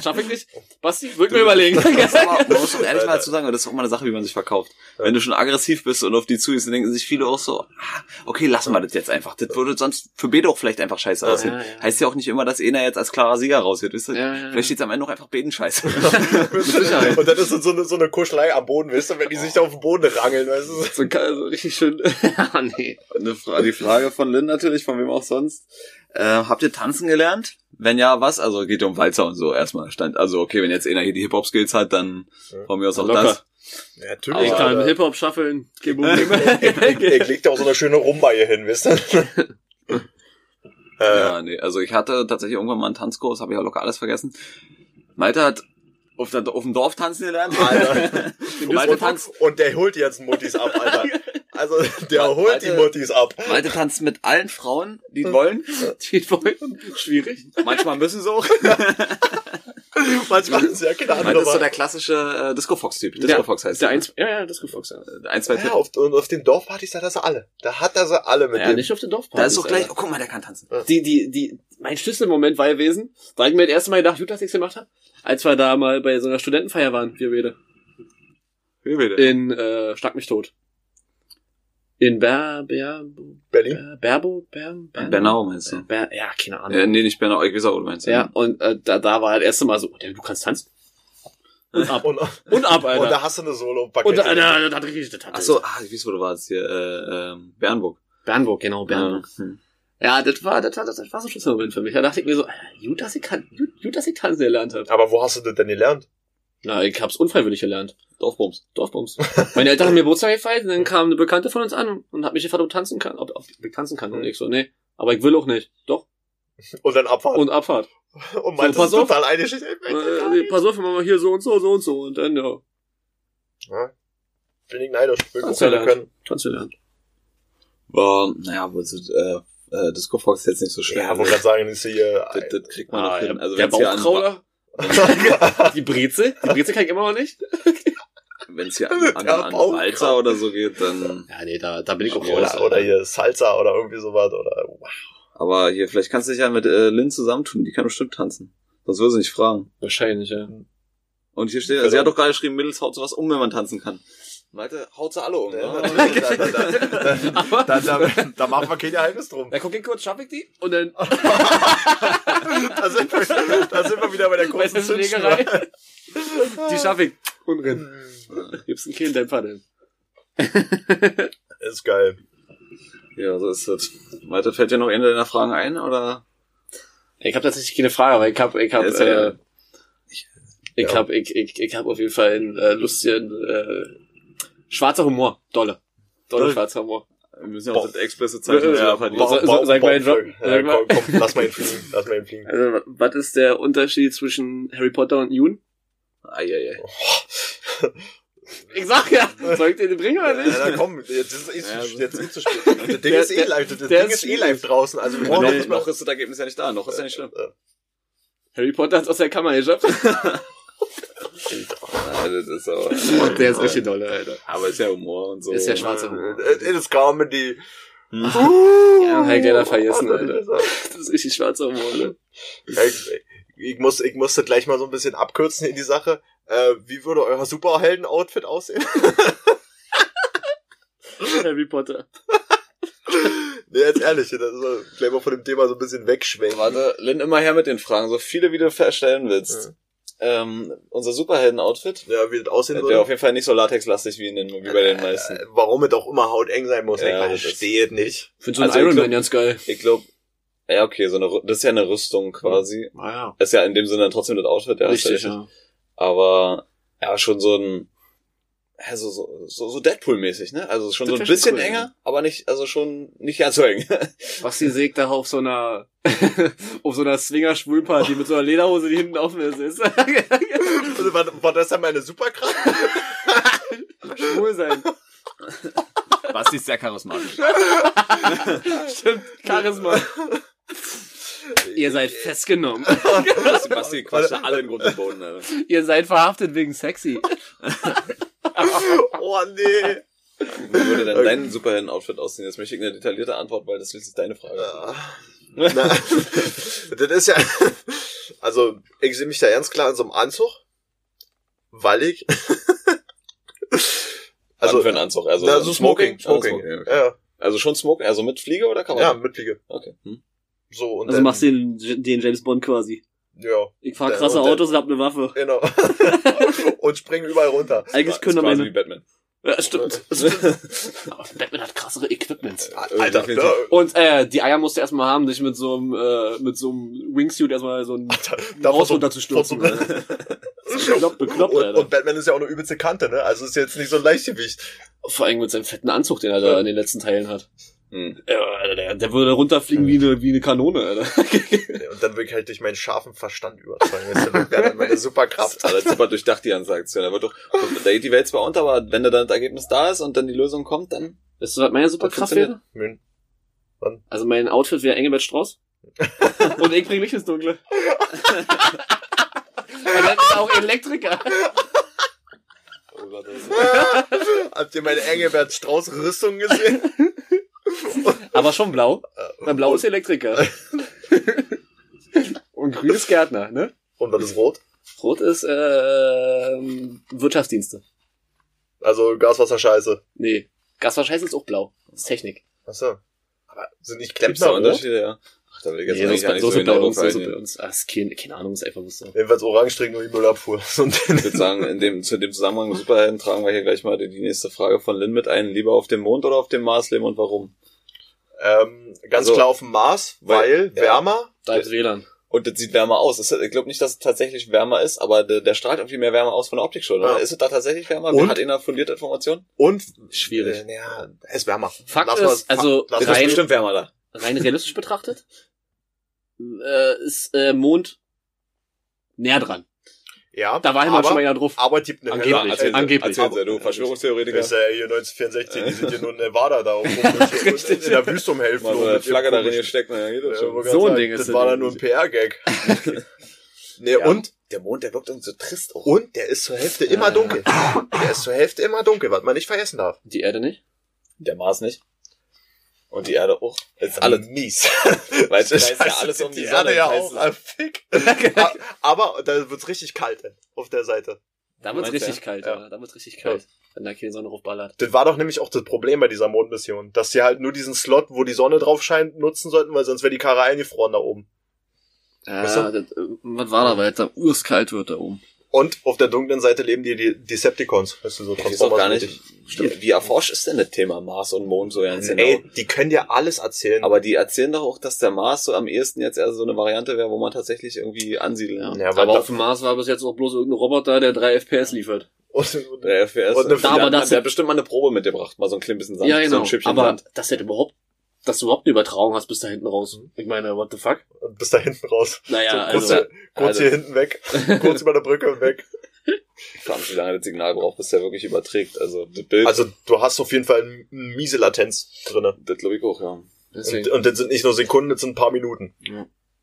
Speaker 3: Schaff ich nicht. Basti, würde mir überlegen.
Speaker 2: Man muss aber- man muss schon ehrlich mal dazu sagen, das ist auch mal eine Sache, wie man sich verkauft. Wenn du schon aggressiv bist und auf die zugehst, dann denken sich viele auch so, ah, okay, lassen wir das jetzt einfach. Das würde sonst für Bede auch vielleicht einfach scheiße
Speaker 1: Ja.
Speaker 2: aussehen.
Speaker 3: Ja, ja.
Speaker 2: Heißt ja auch nicht immer, dass einer jetzt als klarer Sieger rausgeht, wisst ihr?
Speaker 3: Ja, ja, ja.
Speaker 2: Vielleicht steht am Ende auch einfach Beden scheiße.
Speaker 3: Sicherheit.
Speaker 1: Und dann ist das so eine, so eine Kuschelei am Boden, weißt du, wenn die sich da auf den Boden rangeln, weißt du.
Speaker 3: So, so richtig schön. ah, nee.
Speaker 2: Eine Fra die Frage von Lynn natürlich, von wem auch sonst. Äh, habt ihr tanzen gelernt? Wenn ja, was? Also geht ja um Walzer und so erstmal stand. Also okay, wenn jetzt einer hier die Hip-Hop-Skills hat, dann
Speaker 1: Ja.
Speaker 2: von mir aus auch
Speaker 3: Locker.
Speaker 2: das.
Speaker 1: Ja,
Speaker 3: Ich
Speaker 1: natürlich.
Speaker 3: kann
Speaker 1: Alter.
Speaker 3: Hip-Hop schaffeln. Kein
Speaker 1: Ich,
Speaker 3: Problem.
Speaker 1: ich leg da auch so eine schöne Rumba hier hin, wisst ihr? äh,
Speaker 2: Ja, nee. Also ich hatte tatsächlich irgendwann mal einen Tanzkurs, habe ich ja locker alles vergessen. Malte hat auf, der, auf dem Dorf tanzen gelernt.
Speaker 1: Alter.
Speaker 2: Malte
Speaker 1: und,
Speaker 2: tanzt,
Speaker 1: und der holt jetzt Muttis ab, Alter. Also, der
Speaker 2: Warte.
Speaker 1: holt die Muttis ab.
Speaker 2: Malte tanzt mit allen Frauen, die wollen.
Speaker 3: Steht voll. Schwierig.
Speaker 2: Manchmal müssen sie auch.
Speaker 1: Manchmal ist ja keine
Speaker 2: Malte
Speaker 1: andere
Speaker 2: ist so der
Speaker 1: Wahl.
Speaker 2: klassische äh, Disco-Fox-Typ. Disco-Fox heißt
Speaker 3: der.
Speaker 2: er.
Speaker 3: Eins, ja, ja, das gefoxt. Ja,
Speaker 2: Ein, zwei
Speaker 1: Ja,
Speaker 2: Typen.
Speaker 1: auf, und auf den Dorfpartys hat er sie alle. Da hat er sie alle mit
Speaker 3: ja
Speaker 1: dem.
Speaker 3: nicht auf den Dorfpartys.
Speaker 2: Da ist doch gleich,
Speaker 3: Alter.
Speaker 2: oh guck mal, der kann tanzen.
Speaker 3: Die, die, die, mein Schlüsselmoment war gewesen, da hab ich mir das erste Mal gedacht, gut, dass ich's gemacht habe, als wir da mal bei so einer Studentenfeier waren, wir beide,
Speaker 2: Wie bitte?
Speaker 3: in, äh, Schlag mich tot. In Ber, Ber,
Speaker 1: Berlin.
Speaker 3: Ber, Berbo, Ber, Ber,
Speaker 2: Bernau meinst du?
Speaker 3: Ber, ja, keine Ahnung.
Speaker 2: Äh, nee, nicht Bernau, ich weiß auch, wo du meinst. Ähm,
Speaker 3: Ja, und äh, da, da war das erste Mal so, oh, der, du kannst tanzen. Und ab.
Speaker 1: Und,
Speaker 3: Und ab, Alter.
Speaker 1: und da hast du eine Solo-Pakete.
Speaker 3: Und da, da, da, da, da, da,
Speaker 2: Ach so, ah, ich weiß, wo du warst hier, äh, ähm, Bernburg.
Speaker 3: Bernburg, genau, Bernburg.
Speaker 2: Ja. Hm.
Speaker 3: Ja, das war, das war, das war so ein Schlüsselmoment für mich. Da dachte ich mir so, Alter, gut, dass ich, kan- gut, gut, dass ich tanzen gelernt habe.
Speaker 1: Aber wo hast du das denn gelernt?
Speaker 3: Na, ich hab's unfreiwillig gelernt.
Speaker 2: Dorfbums.
Speaker 3: Dorfbums. Meine Eltern haben mir Geburtstag gefeiert und dann kam eine Bekannte von uns an und hat mich gefragt, ob ich tanzen kann, ob, ob ich tanzen kann. Und ich so, nee, aber ich will auch nicht. Doch.
Speaker 1: Und dann Abfahrt. Und,
Speaker 3: Und Abfahrt.
Speaker 1: und meinst
Speaker 3: so,
Speaker 1: du,
Speaker 3: pass
Speaker 1: ist
Speaker 3: auf.
Speaker 1: total eine Schicht? Ich
Speaker 3: Äh,
Speaker 1: möchte gar nicht.
Speaker 3: pass auf, wir machen mal hier so und so, so und so und dann, ja,
Speaker 1: Ja. Bin ich neidisch. Bin
Speaker 3: Kannst
Speaker 1: gut
Speaker 3: du
Speaker 1: können.
Speaker 3: lernen. tanzen gelernt.
Speaker 2: War, naja, wo ist, äh, äh, Disco Fox ist jetzt nicht so schwer.
Speaker 1: Ja, wollte gerade sagen, ist hier...
Speaker 2: das, das kriegt man
Speaker 3: Ah,
Speaker 2: noch hin.
Speaker 3: der,
Speaker 2: Also,
Speaker 3: der
Speaker 2: wenn's hier an,
Speaker 3: Bauchkrauler. die Breze. Die Breze kann ich immer noch nicht.
Speaker 2: wenn's hier an, an,
Speaker 1: Der
Speaker 2: an
Speaker 1: Bauch-
Speaker 2: Walzer oder so geht, dann,
Speaker 3: Ja, nee, da, da bin ich auch raus.
Speaker 1: oder, oder hier Salsa oder irgendwie sowas. Oder,
Speaker 2: aber hier, vielleicht kannst du dich ja mit, äh, Lynn zusammentun, die kann bestimmt tanzen. Sonst würde sie nicht fragen.
Speaker 3: Wahrscheinlich, ja.
Speaker 2: Und hier steht, also, sie
Speaker 1: Genau.
Speaker 2: hat doch gerade geschrieben, Mädels haut sowas um, wenn man tanzen kann. Malte, haut sie alle um,
Speaker 1: Ja,
Speaker 2: ne?
Speaker 1: natürlich. da, da, da, da, da, da machen wir kein Geheimnis drum.
Speaker 4: Na, guck ihn kurz, schaff ich die?
Speaker 3: Und dann,
Speaker 1: Da sind wir, da sind wir wieder bei der
Speaker 3: weißt
Speaker 1: kurzen
Speaker 3: du,
Speaker 1: Zündschnur. Ah.
Speaker 3: Schlägerei? Die
Speaker 1: Äh.
Speaker 3: schaffe ich.
Speaker 4: Und renn.
Speaker 3: Gibt's einen Kehlendämpfer denn?
Speaker 1: Ist geil.
Speaker 2: Ja, so ist es. Malte, fällt dir noch eine deiner Fragen ein, oder?
Speaker 3: Ich habe tatsächlich keine Frage, aber ich habe ich hab,
Speaker 2: Ja, ist ja-
Speaker 3: äh, ich
Speaker 1: ja.
Speaker 3: hab, ich, ich, ich hab auf jeden Fall einen äh, lustigen äh, schwarzer Humor, dolle. Dolle
Speaker 1: Dolle.
Speaker 3: schwarzer Humor.
Speaker 2: Wir
Speaker 1: ja
Speaker 2: müssen
Speaker 1: auch
Speaker 2: das expresse
Speaker 3: Zeichen Ja,
Speaker 1: Ba-
Speaker 3: Sag-
Speaker 1: ba-
Speaker 3: sag mal den
Speaker 1: ba-
Speaker 3: Job.
Speaker 1: Ja,
Speaker 3: Sag mal.
Speaker 1: komm, komm, lass mal ihn fliegen. Lass mal ihn fliegen.
Speaker 3: Also, wa- was ist der Unterschied zwischen Harry Potter und Jun?
Speaker 1: Oh.
Speaker 3: Ich sag ja, soll ich dir den bringen oder nicht?
Speaker 1: Ja, na komm, jetzt ist eh
Speaker 2: Ja,
Speaker 1: zu,
Speaker 2: also-
Speaker 1: jetzt ist eh zu spät. Das Ding
Speaker 3: Der-
Speaker 1: ist eh
Speaker 3: der-
Speaker 1: live, das
Speaker 3: der
Speaker 1: Ding
Speaker 3: ist
Speaker 1: ist eh live draußen. Also wir brauchen
Speaker 2: noch,
Speaker 1: nicht mal.
Speaker 2: ist das Ergebnis ja nicht da, noch ist ja nicht schlimm.
Speaker 3: Harry Potter hat's aus der Kammer geschafft.
Speaker 2: das ist aber,
Speaker 3: der ist richtig dolle, Alter.
Speaker 2: aber ist ja Humor und so.
Speaker 3: Ist ja schwarzer Humor.
Speaker 1: It it is Comedy.
Speaker 2: Hm.
Speaker 1: Uh,
Speaker 3: Ja, hab ich leider vergessen,
Speaker 1: oh, das ist das.
Speaker 3: Das ist richtig schwarzer Humor, ne?
Speaker 1: Ja, Ich, ich, muss, ich musste gleich mal so ein bisschen abkürzen in die Sache. Äh, wie würde euer Superhelden-Outfit aussehen?
Speaker 3: Harry Potter.
Speaker 1: nee, jetzt ehrlich, das ist so- gleich mal von dem Thema so ein bisschen wegschwenken.
Speaker 2: Warte, Lynn, immer her mit den Fragen, so viele, wie du verstellen willst. Ähm, unser Superhelden-Outfit,
Speaker 1: Ja, wie das aussehen
Speaker 2: der auf
Speaker 1: würde.
Speaker 2: jeden Fall nicht so latexlastig wie, in den, wie bei den meisten.
Speaker 1: Äh, Warum es auch immer hauteng sein muss,
Speaker 2: Ja,
Speaker 1: ich
Speaker 2: das-
Speaker 1: verstehe es nicht.
Speaker 3: Find
Speaker 2: so einen Iron Man
Speaker 3: ganz geil.
Speaker 2: Ich glaube, ja, okay, so eine, Rü- das ist ja eine Rüstung quasi.
Speaker 3: Naja.
Speaker 2: Ist ja in dem Sinne dann trotzdem das Outfit, ja. hast du
Speaker 3: Richtig, Ah, ja.
Speaker 2: Aber, ja, schon so ein, also so, so, so Deadpool-mäßig, ne? Also schon
Speaker 3: Das
Speaker 2: so ein
Speaker 3: wär schon
Speaker 2: bisschen
Speaker 3: cool,
Speaker 2: enger,
Speaker 3: ja.
Speaker 2: aber nicht, also schon nicht ganz so eng.
Speaker 3: Basti sägt da auf so einer auf so einer Swinger-Schwulparty mit so einer Lederhose, die hinten offen ist. ist.
Speaker 1: Also, war, war das dann meine Superkraft?
Speaker 3: Schwul sein.
Speaker 4: Basti ist sehr charismatisch.
Speaker 3: Stimmt. Charisma. Ihr seid festgenommen.
Speaker 2: Basti quatscht da alle in Grund und Boden, Alter.
Speaker 3: Ihr seid verhaftet wegen sexy.
Speaker 1: oh nee.
Speaker 2: Wie würde denn dein Superhelden-Outfit aussehen? Jetzt möchte ich eine detaillierte Antwort, weil das ist jetzt deine Frage.
Speaker 1: Ja. Na, das ist ja. Also, ich sehe mich da ganz klar in so einem Anzug. Wallig.
Speaker 2: also
Speaker 1: Also,
Speaker 2: für einen Anzug, also
Speaker 1: na, so Smoking. Smoking.
Speaker 2: Also, Smoking.
Speaker 1: ja,
Speaker 2: also schon Smoking, also mit Fliege oder kann man?
Speaker 1: ja, mitfliege.
Speaker 2: Okay. Hm.
Speaker 1: So, und
Speaker 3: Also
Speaker 1: dann,
Speaker 3: machst du den, den James Bond quasi.
Speaker 1: Ja,
Speaker 3: Ich fahr
Speaker 1: Ja,
Speaker 3: krasse
Speaker 1: und dann-
Speaker 3: Autos und hab eine Waffe.
Speaker 1: genau. und springe überall runter.
Speaker 3: Eigentlich
Speaker 2: Ist
Speaker 3: könnte
Speaker 2: quasi wie
Speaker 3: meine...
Speaker 2: Batman.
Speaker 3: Ja, stimmt. Aber Batman hat krassere Equipment.
Speaker 1: Alter,
Speaker 2: Irgendwie
Speaker 1: da,
Speaker 3: Und äh, die Eier musst du erstmal haben, dich mit so einem äh, mit so einem Wingsuit erstmal so ein
Speaker 1: da
Speaker 3: raus
Speaker 1: so-
Speaker 3: runterzustürzen.
Speaker 1: von so-
Speaker 3: Alter. Das ist Bekloppt, bekloppt,
Speaker 1: und,
Speaker 3: Alter.
Speaker 1: und Batman ist ja auch eine übelste Kante, ne? Also ist jetzt nicht so ein Leichtgewicht.
Speaker 3: Vor allem mit seinem fetten Anzug, den er da in den letzten Teilen hat.
Speaker 2: Hm.
Speaker 3: Ja, Alter, der, der würde runterfliegen wie eine, wie eine Kanone, Alter.
Speaker 1: Und dann will ich halt durch meinen scharfen Verstand übertragen. Das wäre dann meine Superkraft.
Speaker 2: Aber das ist super durchdacht, die Transaktion. Da wird doch, da geht die Welt zwar unter, aber wenn da dann das Ergebnis da ist und dann die Lösung kommt, dann.
Speaker 3: Weißt du, was meine Superkraft
Speaker 2: Das funktioniert.
Speaker 3: wäre?
Speaker 1: Mün.
Speaker 3: Also mein Outfit wäre Engelbert Strauß. Und ich bring Licht ins Dunkle. Weil dann ist er auch Elektriker.
Speaker 1: Habt ihr meine Engelbert Strauß Rüstung gesehen?
Speaker 3: Aber schon blau. Weil blau ist Elektriker. Und grün ist Gärtner, ne?
Speaker 1: Und was ist rot?
Speaker 3: Rot ist äh, Wirtschaftsdienste.
Speaker 1: Also Gaswasserscheiße.
Speaker 3: Nee. Gasverscheiß ist auch blau. Das ist Technik.
Speaker 1: Achso. Aber sind nicht
Speaker 2: Gibt's da
Speaker 1: Klempner rot?
Speaker 2: Unterschiede, ja. Ach, da will ich jetzt
Speaker 3: Nee, so
Speaker 2: eigentlich
Speaker 3: ist
Speaker 2: gar
Speaker 3: bei,
Speaker 2: nicht
Speaker 3: so
Speaker 2: so
Speaker 3: ist es bei
Speaker 2: genau
Speaker 3: uns,
Speaker 2: drauf
Speaker 3: so ist es bei
Speaker 2: eingehen.
Speaker 3: uns. Ah, ist keine, keine Ahnung, ist einfach so.
Speaker 1: Jedenfalls orange trinken nur die Müllabfuhr. So ein Ding.
Speaker 2: Ich würde sagen, in dem, zu dem Zusammenhang mit Superhelden tragen wir hier gleich mal die, die nächste Frage von Lynn mit ein. Lieber auf dem Mond oder auf dem Mars leben und warum?
Speaker 1: ähm, ganz
Speaker 2: Also-
Speaker 1: klar auf dem Mars, weil
Speaker 2: Weil- ja.
Speaker 1: wärmer.
Speaker 3: Da ist WLAN.
Speaker 2: Und das sieht wärmer aus. Das, ich glaube nicht, dass es tatsächlich wärmer ist, aber der, der strahlt irgendwie mehr Wärme aus von der Optik schon. Oder?
Speaker 1: Ja.
Speaker 2: Ist es da tatsächlich wärmer?
Speaker 1: Und?
Speaker 2: Hat einer fundierte Information?
Speaker 1: Und
Speaker 3: Schwierig.
Speaker 1: Äh, ja, es ist wärmer.
Speaker 3: Fakt
Speaker 1: Lass
Speaker 3: ist,
Speaker 1: mal-
Speaker 3: also
Speaker 1: lass
Speaker 2: Das
Speaker 1: mal-
Speaker 2: ist
Speaker 3: rein-
Speaker 2: bestimmt wärmer da.
Speaker 3: Äh, Rein realistisch betrachtet äh, ist äh, Mond näher dran.
Speaker 1: ja,
Speaker 3: Da war Helmut
Speaker 1: aber,
Speaker 3: schon mal ja drauf.
Speaker 1: aber gibt eine
Speaker 3: Angeblich. Also
Speaker 1: Hölle.
Speaker 2: erzählen Sie-
Speaker 3: angeblich.
Speaker 2: Erzählen Sie, du Verschwörungstheoretiker.
Speaker 1: Das ist ja hier 1964, die sind hier nur in Nevada da oben in der Wüste umhelfen.
Speaker 2: Mal so
Speaker 1: und mit
Speaker 2: eine
Speaker 1: ihrem
Speaker 2: Flagge darin
Speaker 1: komischen-
Speaker 2: gesteckt, naja, geht
Speaker 1: Ja,
Speaker 2: doch schon.
Speaker 1: wollte
Speaker 3: So
Speaker 1: grad
Speaker 3: ein
Speaker 1: sagen,
Speaker 3: Ding ist
Speaker 1: Das
Speaker 3: das
Speaker 1: war dann
Speaker 3: Ding.
Speaker 1: nur ein PR-Gag. nee,
Speaker 2: Ja.
Speaker 1: und,
Speaker 2: Der Mond, der wirkt irgendwie so trist auch.
Speaker 1: und der ist zur Hälfte immer dunkel. Der ist zur Hälfte immer dunkel, was man nicht vergessen darf.
Speaker 3: Die Erde nicht?
Speaker 2: Der Mars nicht. Und die Erde auch. Das ist alles,
Speaker 1: mies.
Speaker 2: weil es
Speaker 1: Das
Speaker 2: ist ja alles um die, Sonne.
Speaker 1: ja oh,
Speaker 2: das heißt,
Speaker 1: Ah, auch. Ah, Fick. A- Aber da wird's richtig kalt ey, auf der Seite.
Speaker 3: Da wird's
Speaker 4: Meinst du,
Speaker 3: richtig kalt,
Speaker 1: Ja.
Speaker 3: ja. Da wird's richtig kalt, wenn da keine Sonne draufballert.
Speaker 1: Das war doch nämlich auch das Problem bei dieser Mondmission, dass sie halt nur diesen Slot, wo die Sonne drauf scheint, nutzen sollten, weil sonst wäre die Karre eingefroren da oben.
Speaker 2: Ja,
Speaker 1: Weißt du?
Speaker 2: das, äh, was war da, weil jetzt am urskalt wird da oben.
Speaker 1: Und auf der dunklen Seite leben die, die Decepticons. Weißt du, so
Speaker 5: Ich weiß auch gar nicht,
Speaker 1: transformersmäßig.
Speaker 5: wie, wie erforscht ist denn das Thema Mars und Mond so ganz genau?
Speaker 1: Also, Hm, Ey, die können dir alles erzählen.
Speaker 5: Aber die erzählen doch auch, dass der Mars so am ehesten jetzt eher so eine Variante wäre, wo man tatsächlich irgendwie ansiedeln
Speaker 1: ja,
Speaker 5: kann.
Speaker 1: weil
Speaker 3: aber
Speaker 1: da-
Speaker 3: auf dem Mars war bis jetzt auch bloß irgendein Roboter, der 3 FPS liefert.
Speaker 1: und,
Speaker 5: Der FWS.
Speaker 1: Und eine-
Speaker 5: der,
Speaker 3: Aber
Speaker 5: hat-
Speaker 3: das-
Speaker 5: der hat bestimmt mal eine Probe mitgebracht, mal so ein klein bisschen Sand,
Speaker 3: ja,
Speaker 5: so
Speaker 3: genau.
Speaker 5: ein Schüppchen
Speaker 3: aber
Speaker 5: Sand.
Speaker 3: das hätte überhaupt, dass du überhaupt eine Übertragung hast bis da hinten raus. Ich meine, what the fuck?
Speaker 1: und bis da hinten raus.
Speaker 3: Naja,
Speaker 1: so, kurz
Speaker 3: also.
Speaker 1: hier, kurz
Speaker 5: also-
Speaker 1: hier hinten weg, kurz über der Brücke und weg.
Speaker 5: Verdammt, wie lange das Signal braucht, bis der wirklich überträgt. Also das Bild,
Speaker 1: Also du hast auf jeden Fall eine miese Latenz drinne.
Speaker 5: das glaube ich auch, ja.
Speaker 1: Und, äh,
Speaker 3: Deswegen,
Speaker 1: und das sind nicht nur Sekunden, das sind ein paar Minuten.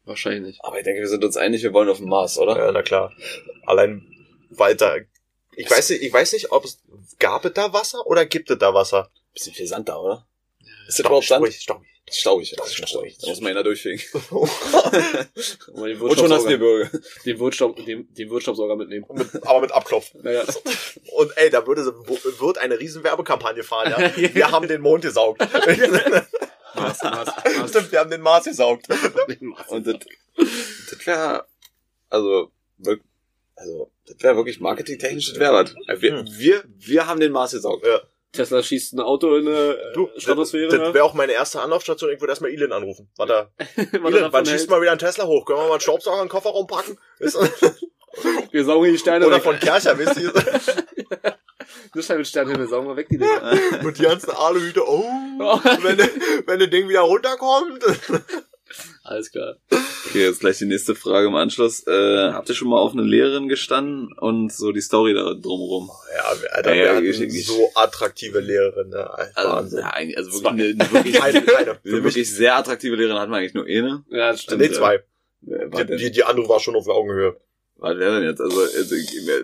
Speaker 3: wahrscheinlich.
Speaker 5: Aber ich denke, wir sind uns einig, wir wollen auf den Mars, oder?
Speaker 1: Ja, na klar. Allein weiter. Ich weiß nicht, ich weiß nicht, ob es gab es da Wasser oder gibt es da Wasser?
Speaker 5: Bisschen viel Sand da, oder? Ist das überhaupt
Speaker 1: Staubig,
Speaker 5: Sand? Staubig.
Speaker 1: staubig, staubig. Das
Speaker 5: Das
Speaker 1: ist
Speaker 5: ist
Speaker 1: staubig.
Speaker 5: staubig. Da muss man ihn da durchfegen.
Speaker 3: Aber den
Speaker 5: Und schon hast du
Speaker 3: Wirtschaftssauger-
Speaker 5: Gebirge.
Speaker 3: den Wirtschaft, den, den Wirtschaftssorger mitnehmen.
Speaker 1: Und Mit, aber mit Abklopfen.
Speaker 3: Naja.
Speaker 1: Und ey, da würde sie- wird eine riesen Werbekampagne fahren, ja. Wir haben den Mond gesaugt.
Speaker 3: Mars, Mars, Mars.
Speaker 1: Stimmt, wir haben den Mars gesaugt.
Speaker 5: Und das, das wäre, also, wirk- also, das wäre wirklich marketingtechnisch, das wäre was. Also Wir,
Speaker 1: Hm.
Speaker 5: wir, wir haben den Mars gesaugt.
Speaker 3: Tesla schießt ein Auto in eine äh,
Speaker 1: Du,
Speaker 3: Stratosphäre.
Speaker 1: Das wäre auch meine erste Anlaufstation. Ich würde erstmal Elon anrufen. Warte,
Speaker 3: Was er
Speaker 1: Elon,
Speaker 3: davon
Speaker 1: wann
Speaker 3: hält.
Speaker 1: schießt mal wieder einen Tesla hoch? Können wir mal einen Staubsauger in den Kofferraum packen? Ist-
Speaker 3: Wir saugen hier die Sterne
Speaker 1: Oder
Speaker 3: weg.
Speaker 1: von Kercher, wisst ihr?
Speaker 3: Nicht halt mit Sternhimmel, saugen wir weg die Dinger.
Speaker 1: Und die ganzen Aluhüte, oh, wenn, wenn das Ding wieder runterkommt.
Speaker 3: Alles klar.
Speaker 2: Okay, jetzt gleich die nächste Frage im Anschluss. Äh, habt ihr schon mal auf eine Lehrerin gestanden und so die Story da drumherum?
Speaker 1: Ja, Alter,
Speaker 2: Ja,
Speaker 1: wir
Speaker 2: ja,
Speaker 1: hatten
Speaker 2: ich- ich-
Speaker 1: so attraktive Lehrerin. Ne?
Speaker 2: Also,
Speaker 1: Wahnsinn.
Speaker 2: ja, eigentlich- also wirklich, eine, eine wirklich,
Speaker 1: Keine, keine. Für
Speaker 2: eine
Speaker 1: mich,
Speaker 2: wirklich sehr attraktive Lehrerin hatten wir eigentlich nur eine.
Speaker 3: Ja, das stimmt.
Speaker 1: nee, zwei.
Speaker 2: Wer war,
Speaker 1: Die,
Speaker 2: denn,
Speaker 1: die, die andere war schon auf Augenhöhe.
Speaker 2: war wer denn jetzt? Also, also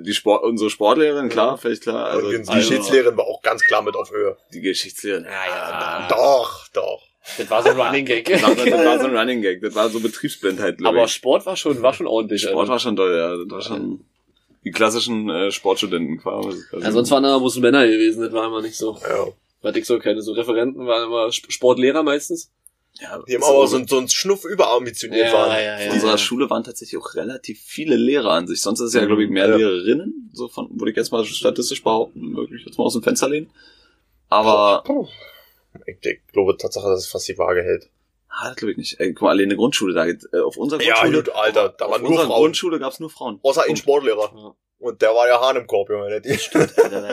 Speaker 2: die Sport, unsere Sportlehrerin, klar, vielleicht klar. Also,
Speaker 1: Und die
Speaker 2: also,
Speaker 1: Geschichtslehrerin war auch ganz klar mit auf Höhe.
Speaker 2: Die Geschichtslehrerin.
Speaker 3: Ja, ja.
Speaker 1: Doch, Genau. doch.
Speaker 3: Das war so ein Running Gag.
Speaker 2: Das war, das war so ein Running Gag, das war so Betriebsblindheit, glaub
Speaker 3: Aber
Speaker 2: ich.
Speaker 3: Sport war schon, war schon ordentlich.
Speaker 2: Sport
Speaker 3: also.
Speaker 2: war schon toll, ja. Das war schon die klassischen äh, Sportstudenten quasi. Also
Speaker 3: Ja, sonst Also, waren da bloß Männer gewesen, das war immer nicht so.
Speaker 1: Ja.
Speaker 3: Hatte ich so keine, so Referenten waren immer Sp- Sportlehrer meistens.
Speaker 2: ja,
Speaker 1: Die haben
Speaker 2: ist
Speaker 1: aber
Speaker 2: auch-
Speaker 1: so, so ein Schnuff überambitioniert
Speaker 3: Ja,
Speaker 1: waren.
Speaker 3: ja,
Speaker 2: Auf
Speaker 3: ja.
Speaker 2: unserer Schule waren tatsächlich auch relativ viele Lehrer an sich. Sonst ist es ja, glaube ich, mehr
Speaker 1: Ja.
Speaker 2: Lehrerinnen. So von, würde ich jetzt mal statistisch behaupten, wirklich jetzt mal aus dem Fenster lehnen. Aber,
Speaker 1: Ich, ich glaube, Tatsache, dass es fast die Waage hält.
Speaker 2: ah, das glaube ich nicht. Ey, guck mal, alleine eine Grundschule, da geht, äh, auf unserer
Speaker 1: Ja,
Speaker 2: Grundschule.
Speaker 1: gut, Alter, da
Speaker 2: auf
Speaker 1: waren nur
Speaker 2: unserer
Speaker 1: Frauen.
Speaker 2: Grundschule gab's nur Frauen.
Speaker 1: Außer ein Sportlehrer.
Speaker 3: Ja.
Speaker 1: Und der war ja Hahn im Korb, Junge. Der-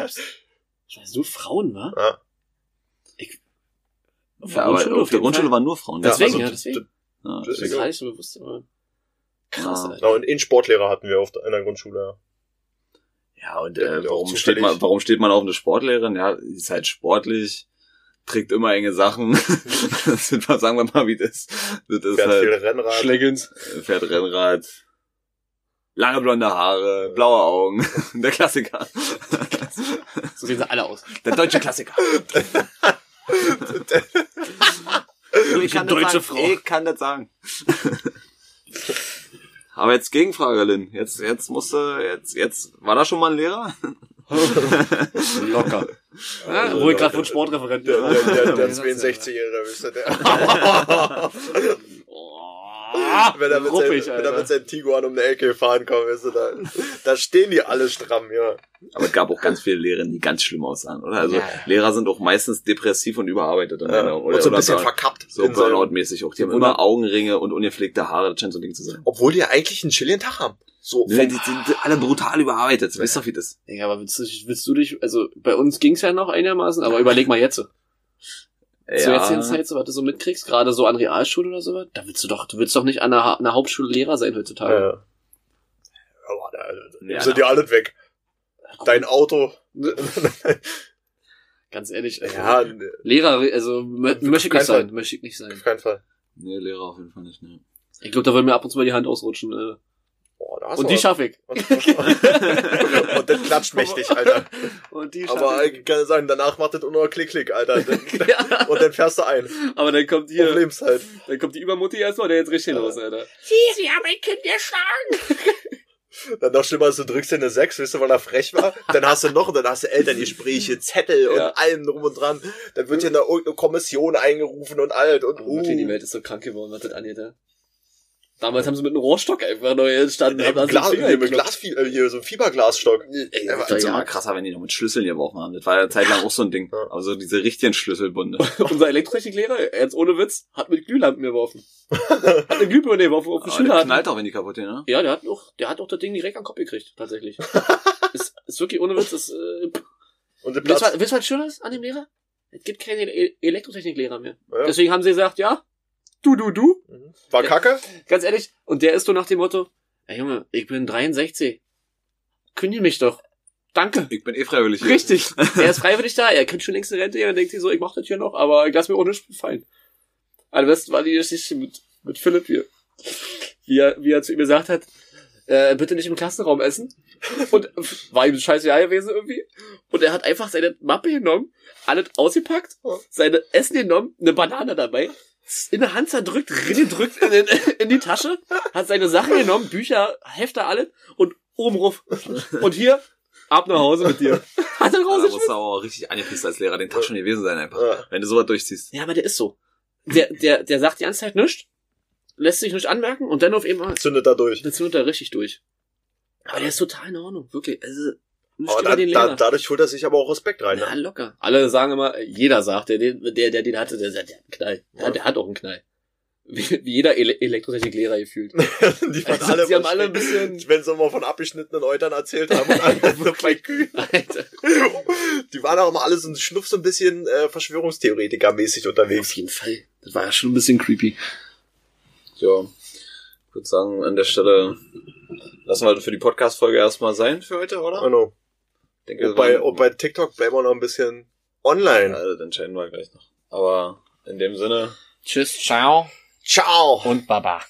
Speaker 3: Scheiße, du Frauen, wa?
Speaker 1: Ja.
Speaker 3: Ich, auf
Speaker 2: Ja, aber auf der Grundschule waren nur Frauen.
Speaker 1: Ja,
Speaker 3: Deswegen,
Speaker 1: also,
Speaker 3: ja, deswegen.
Speaker 2: Ja.
Speaker 1: das-
Speaker 3: Das heißt, du bewusst immer. Krass,
Speaker 2: Ja.
Speaker 1: Na,
Speaker 3: Alter.
Speaker 1: Genau, und einen Sportlehrer hatten wir auf der, in der Grundschule, ja.
Speaker 2: Ja, und
Speaker 1: Ja,
Speaker 2: äh, warum,
Speaker 1: zufällig.
Speaker 2: steht man, warum steht man auf eine Sportlehrerin? Ja, sie ist halt sportlich, trägt immer enge Sachen. das sind, mal- sagen wir mal, wie das, das ist
Speaker 1: Fährt viel
Speaker 2: halt,
Speaker 1: Rennrad.
Speaker 3: Schleckens.
Speaker 2: fährt Rennrad, lange blonde Haare, blaue Augen, der Klassiker,
Speaker 3: So sehen sie alle aus.
Speaker 2: der deutsche Klassiker. ich kann
Speaker 3: deutsche
Speaker 2: das sagen,
Speaker 3: Frau.
Speaker 2: Ich kann das sagen. Aber jetzt Gegenfrage, Lin. Jetzt, jetzt musste, jetzt, jetzt, war da schon mal ein Lehrer?
Speaker 3: Locker. Ja,
Speaker 1: Also,
Speaker 3: wo ich
Speaker 1: der-
Speaker 3: gerade von Sportreferent
Speaker 1: Der, der, der, der
Speaker 3: Ja,
Speaker 1: 62-Jährige, wisst ihr, der.
Speaker 3: Oh,
Speaker 1: wenn er mit,
Speaker 3: ruppig,
Speaker 1: seinem, wenn er
Speaker 3: Alter.
Speaker 1: mit seinem Tiguan um eine Ecke fahren kommt, weißt du, da, da stehen die alle stramm, ja.
Speaker 2: Aber es gab auch ganz viele Lehrerinnen, die ganz schlimm aussahen, oder? Also Lehrer sind auch meistens depressiv und überarbeitet. dann,
Speaker 1: ja.
Speaker 2: Oder, oder
Speaker 1: Äh, und so ein bisschen
Speaker 2: Burn-
Speaker 1: verkappt.
Speaker 2: so
Speaker 1: in seinem-
Speaker 2: Burnout-mäßig auch. Die haben immer Augenringe und ungepflegte Haare, das scheint so ein Ding zu sein.
Speaker 1: obwohl die ja eigentlich einen chilligen Tag haben. So,
Speaker 2: Nee, Oh, die sind alle brutal überarbeitet. Wisst ihr, wie das ist?
Speaker 3: Ja, aber willst du, willst du dich, also bei uns ging's ja noch einigermaßen, aber überleg mal jetzt. Zur jetzigen Zeit, so was du so mitkriegst, gerade so an Realschule oder sowas, da willst du doch, du willst doch nicht an einer, Ha- einer Hauptschule Lehrer sein
Speaker 1: Ja.
Speaker 3: heutzutage.
Speaker 1: Ja, warte, Alter, dann
Speaker 2: Ja,
Speaker 1: sind die alle weg. Dein Auto.
Speaker 3: Ganz ehrlich, also,
Speaker 1: Ja, nee,
Speaker 3: Lehrer, also mö-
Speaker 1: Auf
Speaker 3: möchte ich
Speaker 1: keinen
Speaker 3: nicht
Speaker 1: Fall.
Speaker 3: sein, möchte ich nicht sein.
Speaker 1: auf keinen Fall.
Speaker 2: Nee, Lehrer auf jeden Fall nicht, ne.
Speaker 3: Ich glaube, da würde mir ab und zu mal die Hand ausrutschen. Äh.
Speaker 1: Boah, da hast
Speaker 3: Und
Speaker 1: du
Speaker 3: die
Speaker 1: was.
Speaker 3: schaffe ich.
Speaker 1: und, und dann klatscht mächtig, Alter.
Speaker 3: Und die
Speaker 1: Aber
Speaker 3: schaffe ich.
Speaker 1: ich kann sagen, danach macht das auch noch Klick-Klick, Alter. Dann,
Speaker 3: Ja,
Speaker 1: und dann fährst du ein.
Speaker 3: aber dann kommt
Speaker 1: Auf
Speaker 3: hier,
Speaker 1: Lebenszeit.
Speaker 3: dann kommt die Übermutti erstmal, der jetzt richtig los, Alter.
Speaker 1: Dann noch schlimmer, ist, du drückst dir eine 6, weißt du, weil er frech war. Dann hast du noch, dann hast du Elterngespräche, Zettel und
Speaker 5: Ja.
Speaker 1: allem drum und dran. Dann wird hier noch irgendeine Kommission eingerufen und alt und
Speaker 3: Oh, wirklich, die
Speaker 1: uh.
Speaker 3: Welt ist so krank geworden, was das angeht, ja. Damals haben sie mit einem Rohrstock einfach neu entstanden.
Speaker 1: Ey,
Speaker 3: haben da so
Speaker 1: Glas,
Speaker 3: einen Finger
Speaker 1: hier mit
Speaker 3: geklopft.
Speaker 1: Glas, äh, hier so ein Fieberglasstock.
Speaker 3: Ey,
Speaker 1: Ja,
Speaker 2: Das
Speaker 3: das
Speaker 2: ist
Speaker 3: war
Speaker 2: immer
Speaker 3: ja
Speaker 2: krasser, wenn die noch mit Schlüsseln geworfen haben. Das war ja eine Zeit lang auch so ein Ding.
Speaker 1: Ja.
Speaker 2: Also diese richtigen Schlüsselbunde.
Speaker 3: Unser Elektriklehrer, jetzt ohne Witz, hat mit Glühlampen geworfen. hat eine Glühbirne geworfen, auf den
Speaker 2: Aber
Speaker 3: Schüler
Speaker 2: der
Speaker 3: hat.
Speaker 2: knallt auch, wenn die kaputt gehen, ne?
Speaker 3: Ja, der hat auch, der hat auch das Ding direkt an den Kopf gekriegt, tatsächlich. ist, ist wirklich ohne Witz, ist, äh, pff.
Speaker 1: Und den Platz.
Speaker 3: wisst ihr, wisst ihr, was schön ist an dem Lehrer? Es gibt keine E- Elektrotechniklehrer mehr.
Speaker 1: Ja.
Speaker 3: Deswegen haben sie gesagt, ja, du, du, du,
Speaker 1: Mhm. War kacke?
Speaker 3: ganz ehrlich. Und der ist so nach dem Motto, ey Junge, ich bin 63. Kündige mich doch. Danke.
Speaker 2: Ich bin eh freiwillig hier.
Speaker 3: Richtig. er ist freiwillig da, er kriegt schon längst eine Rente, er denkt sich so, ich mach das hier noch, aber ich lass mir ohne Spiel fallen. Am besten war die Geschichte mit, mit Philipp hier. Wie er, wie er zu ihm gesagt hat, äh, bitte nicht im Klassenraum essen. Und war ihm scheißegal gewesen irgendwie. Und er hat einfach seine Mappe genommen, alles ausgepackt, seine Essen genommen, eine Banane dabei, in der Hand zerdrückt, reingedrückt in, den, in die Tasche, hat seine Sachen genommen, Bücher, Hefte, alles und obenruf. Und hier, ab nach Hause mit dir. Hat
Speaker 2: Ja, da
Speaker 3: er
Speaker 2: musst
Speaker 3: rausgeschmissen.
Speaker 2: du aber auch richtig angepisst als Lehrer. Den Tag schon gewesen sein einfach.
Speaker 1: Ja.
Speaker 2: Wenn du sowas durchziehst.
Speaker 3: Ja, aber der ist so. Der, der, der sagt die ganze Zeit nichts, lässt sich nicht anmerken und dann auf einmal
Speaker 1: Zündet da durch.
Speaker 3: dann zündet er richtig durch. Aber der ist total in Ordnung, wirklich. Also, nicht
Speaker 1: Aber
Speaker 3: über
Speaker 1: da,
Speaker 3: den
Speaker 1: da,
Speaker 3: Lehrer.
Speaker 1: dadurch holt er sich aber auch Respekt rein.
Speaker 3: Na,
Speaker 1: Ne?
Speaker 3: locker. Alle sagen immer, jeder sagt, der, den- der, der den hatte, der, der hat einen Knall. Der, der hat auch einen Knall. Wie, wie jeder Ele Elektrotechniklehrer gefühlt.
Speaker 1: Die waren
Speaker 3: Also, sie haben alle ein
Speaker 1: Respekt.
Speaker 3: bisschen...
Speaker 1: wenn sie mal von abgeschnittenen Eutern erzählt haben und alle so bei Kühen.
Speaker 3: Alter,
Speaker 1: Die waren auch immer alle so ein Schnuff so ein bisschen äh, Verschwörungstheoretiker-mäßig
Speaker 3: auf
Speaker 1: unterwegs.
Speaker 3: jeden Fall. Das war ja schon ein bisschen creepy.
Speaker 2: Ja. Ich würde sagen, an der Stelle lassen wir das für die Podcast-Folge erstmal sein für heute, oder?
Speaker 1: Genau.
Speaker 2: Ich denke,
Speaker 1: Und bei,
Speaker 2: wir-
Speaker 1: und bei TikTok bleiben wir noch ein bisschen
Speaker 2: Ja,
Speaker 1: online.
Speaker 2: das entscheiden wir gleich noch. Aber in dem Sinne,
Speaker 4: Tschüss, ciao
Speaker 1: Ciao!
Speaker 4: und baba.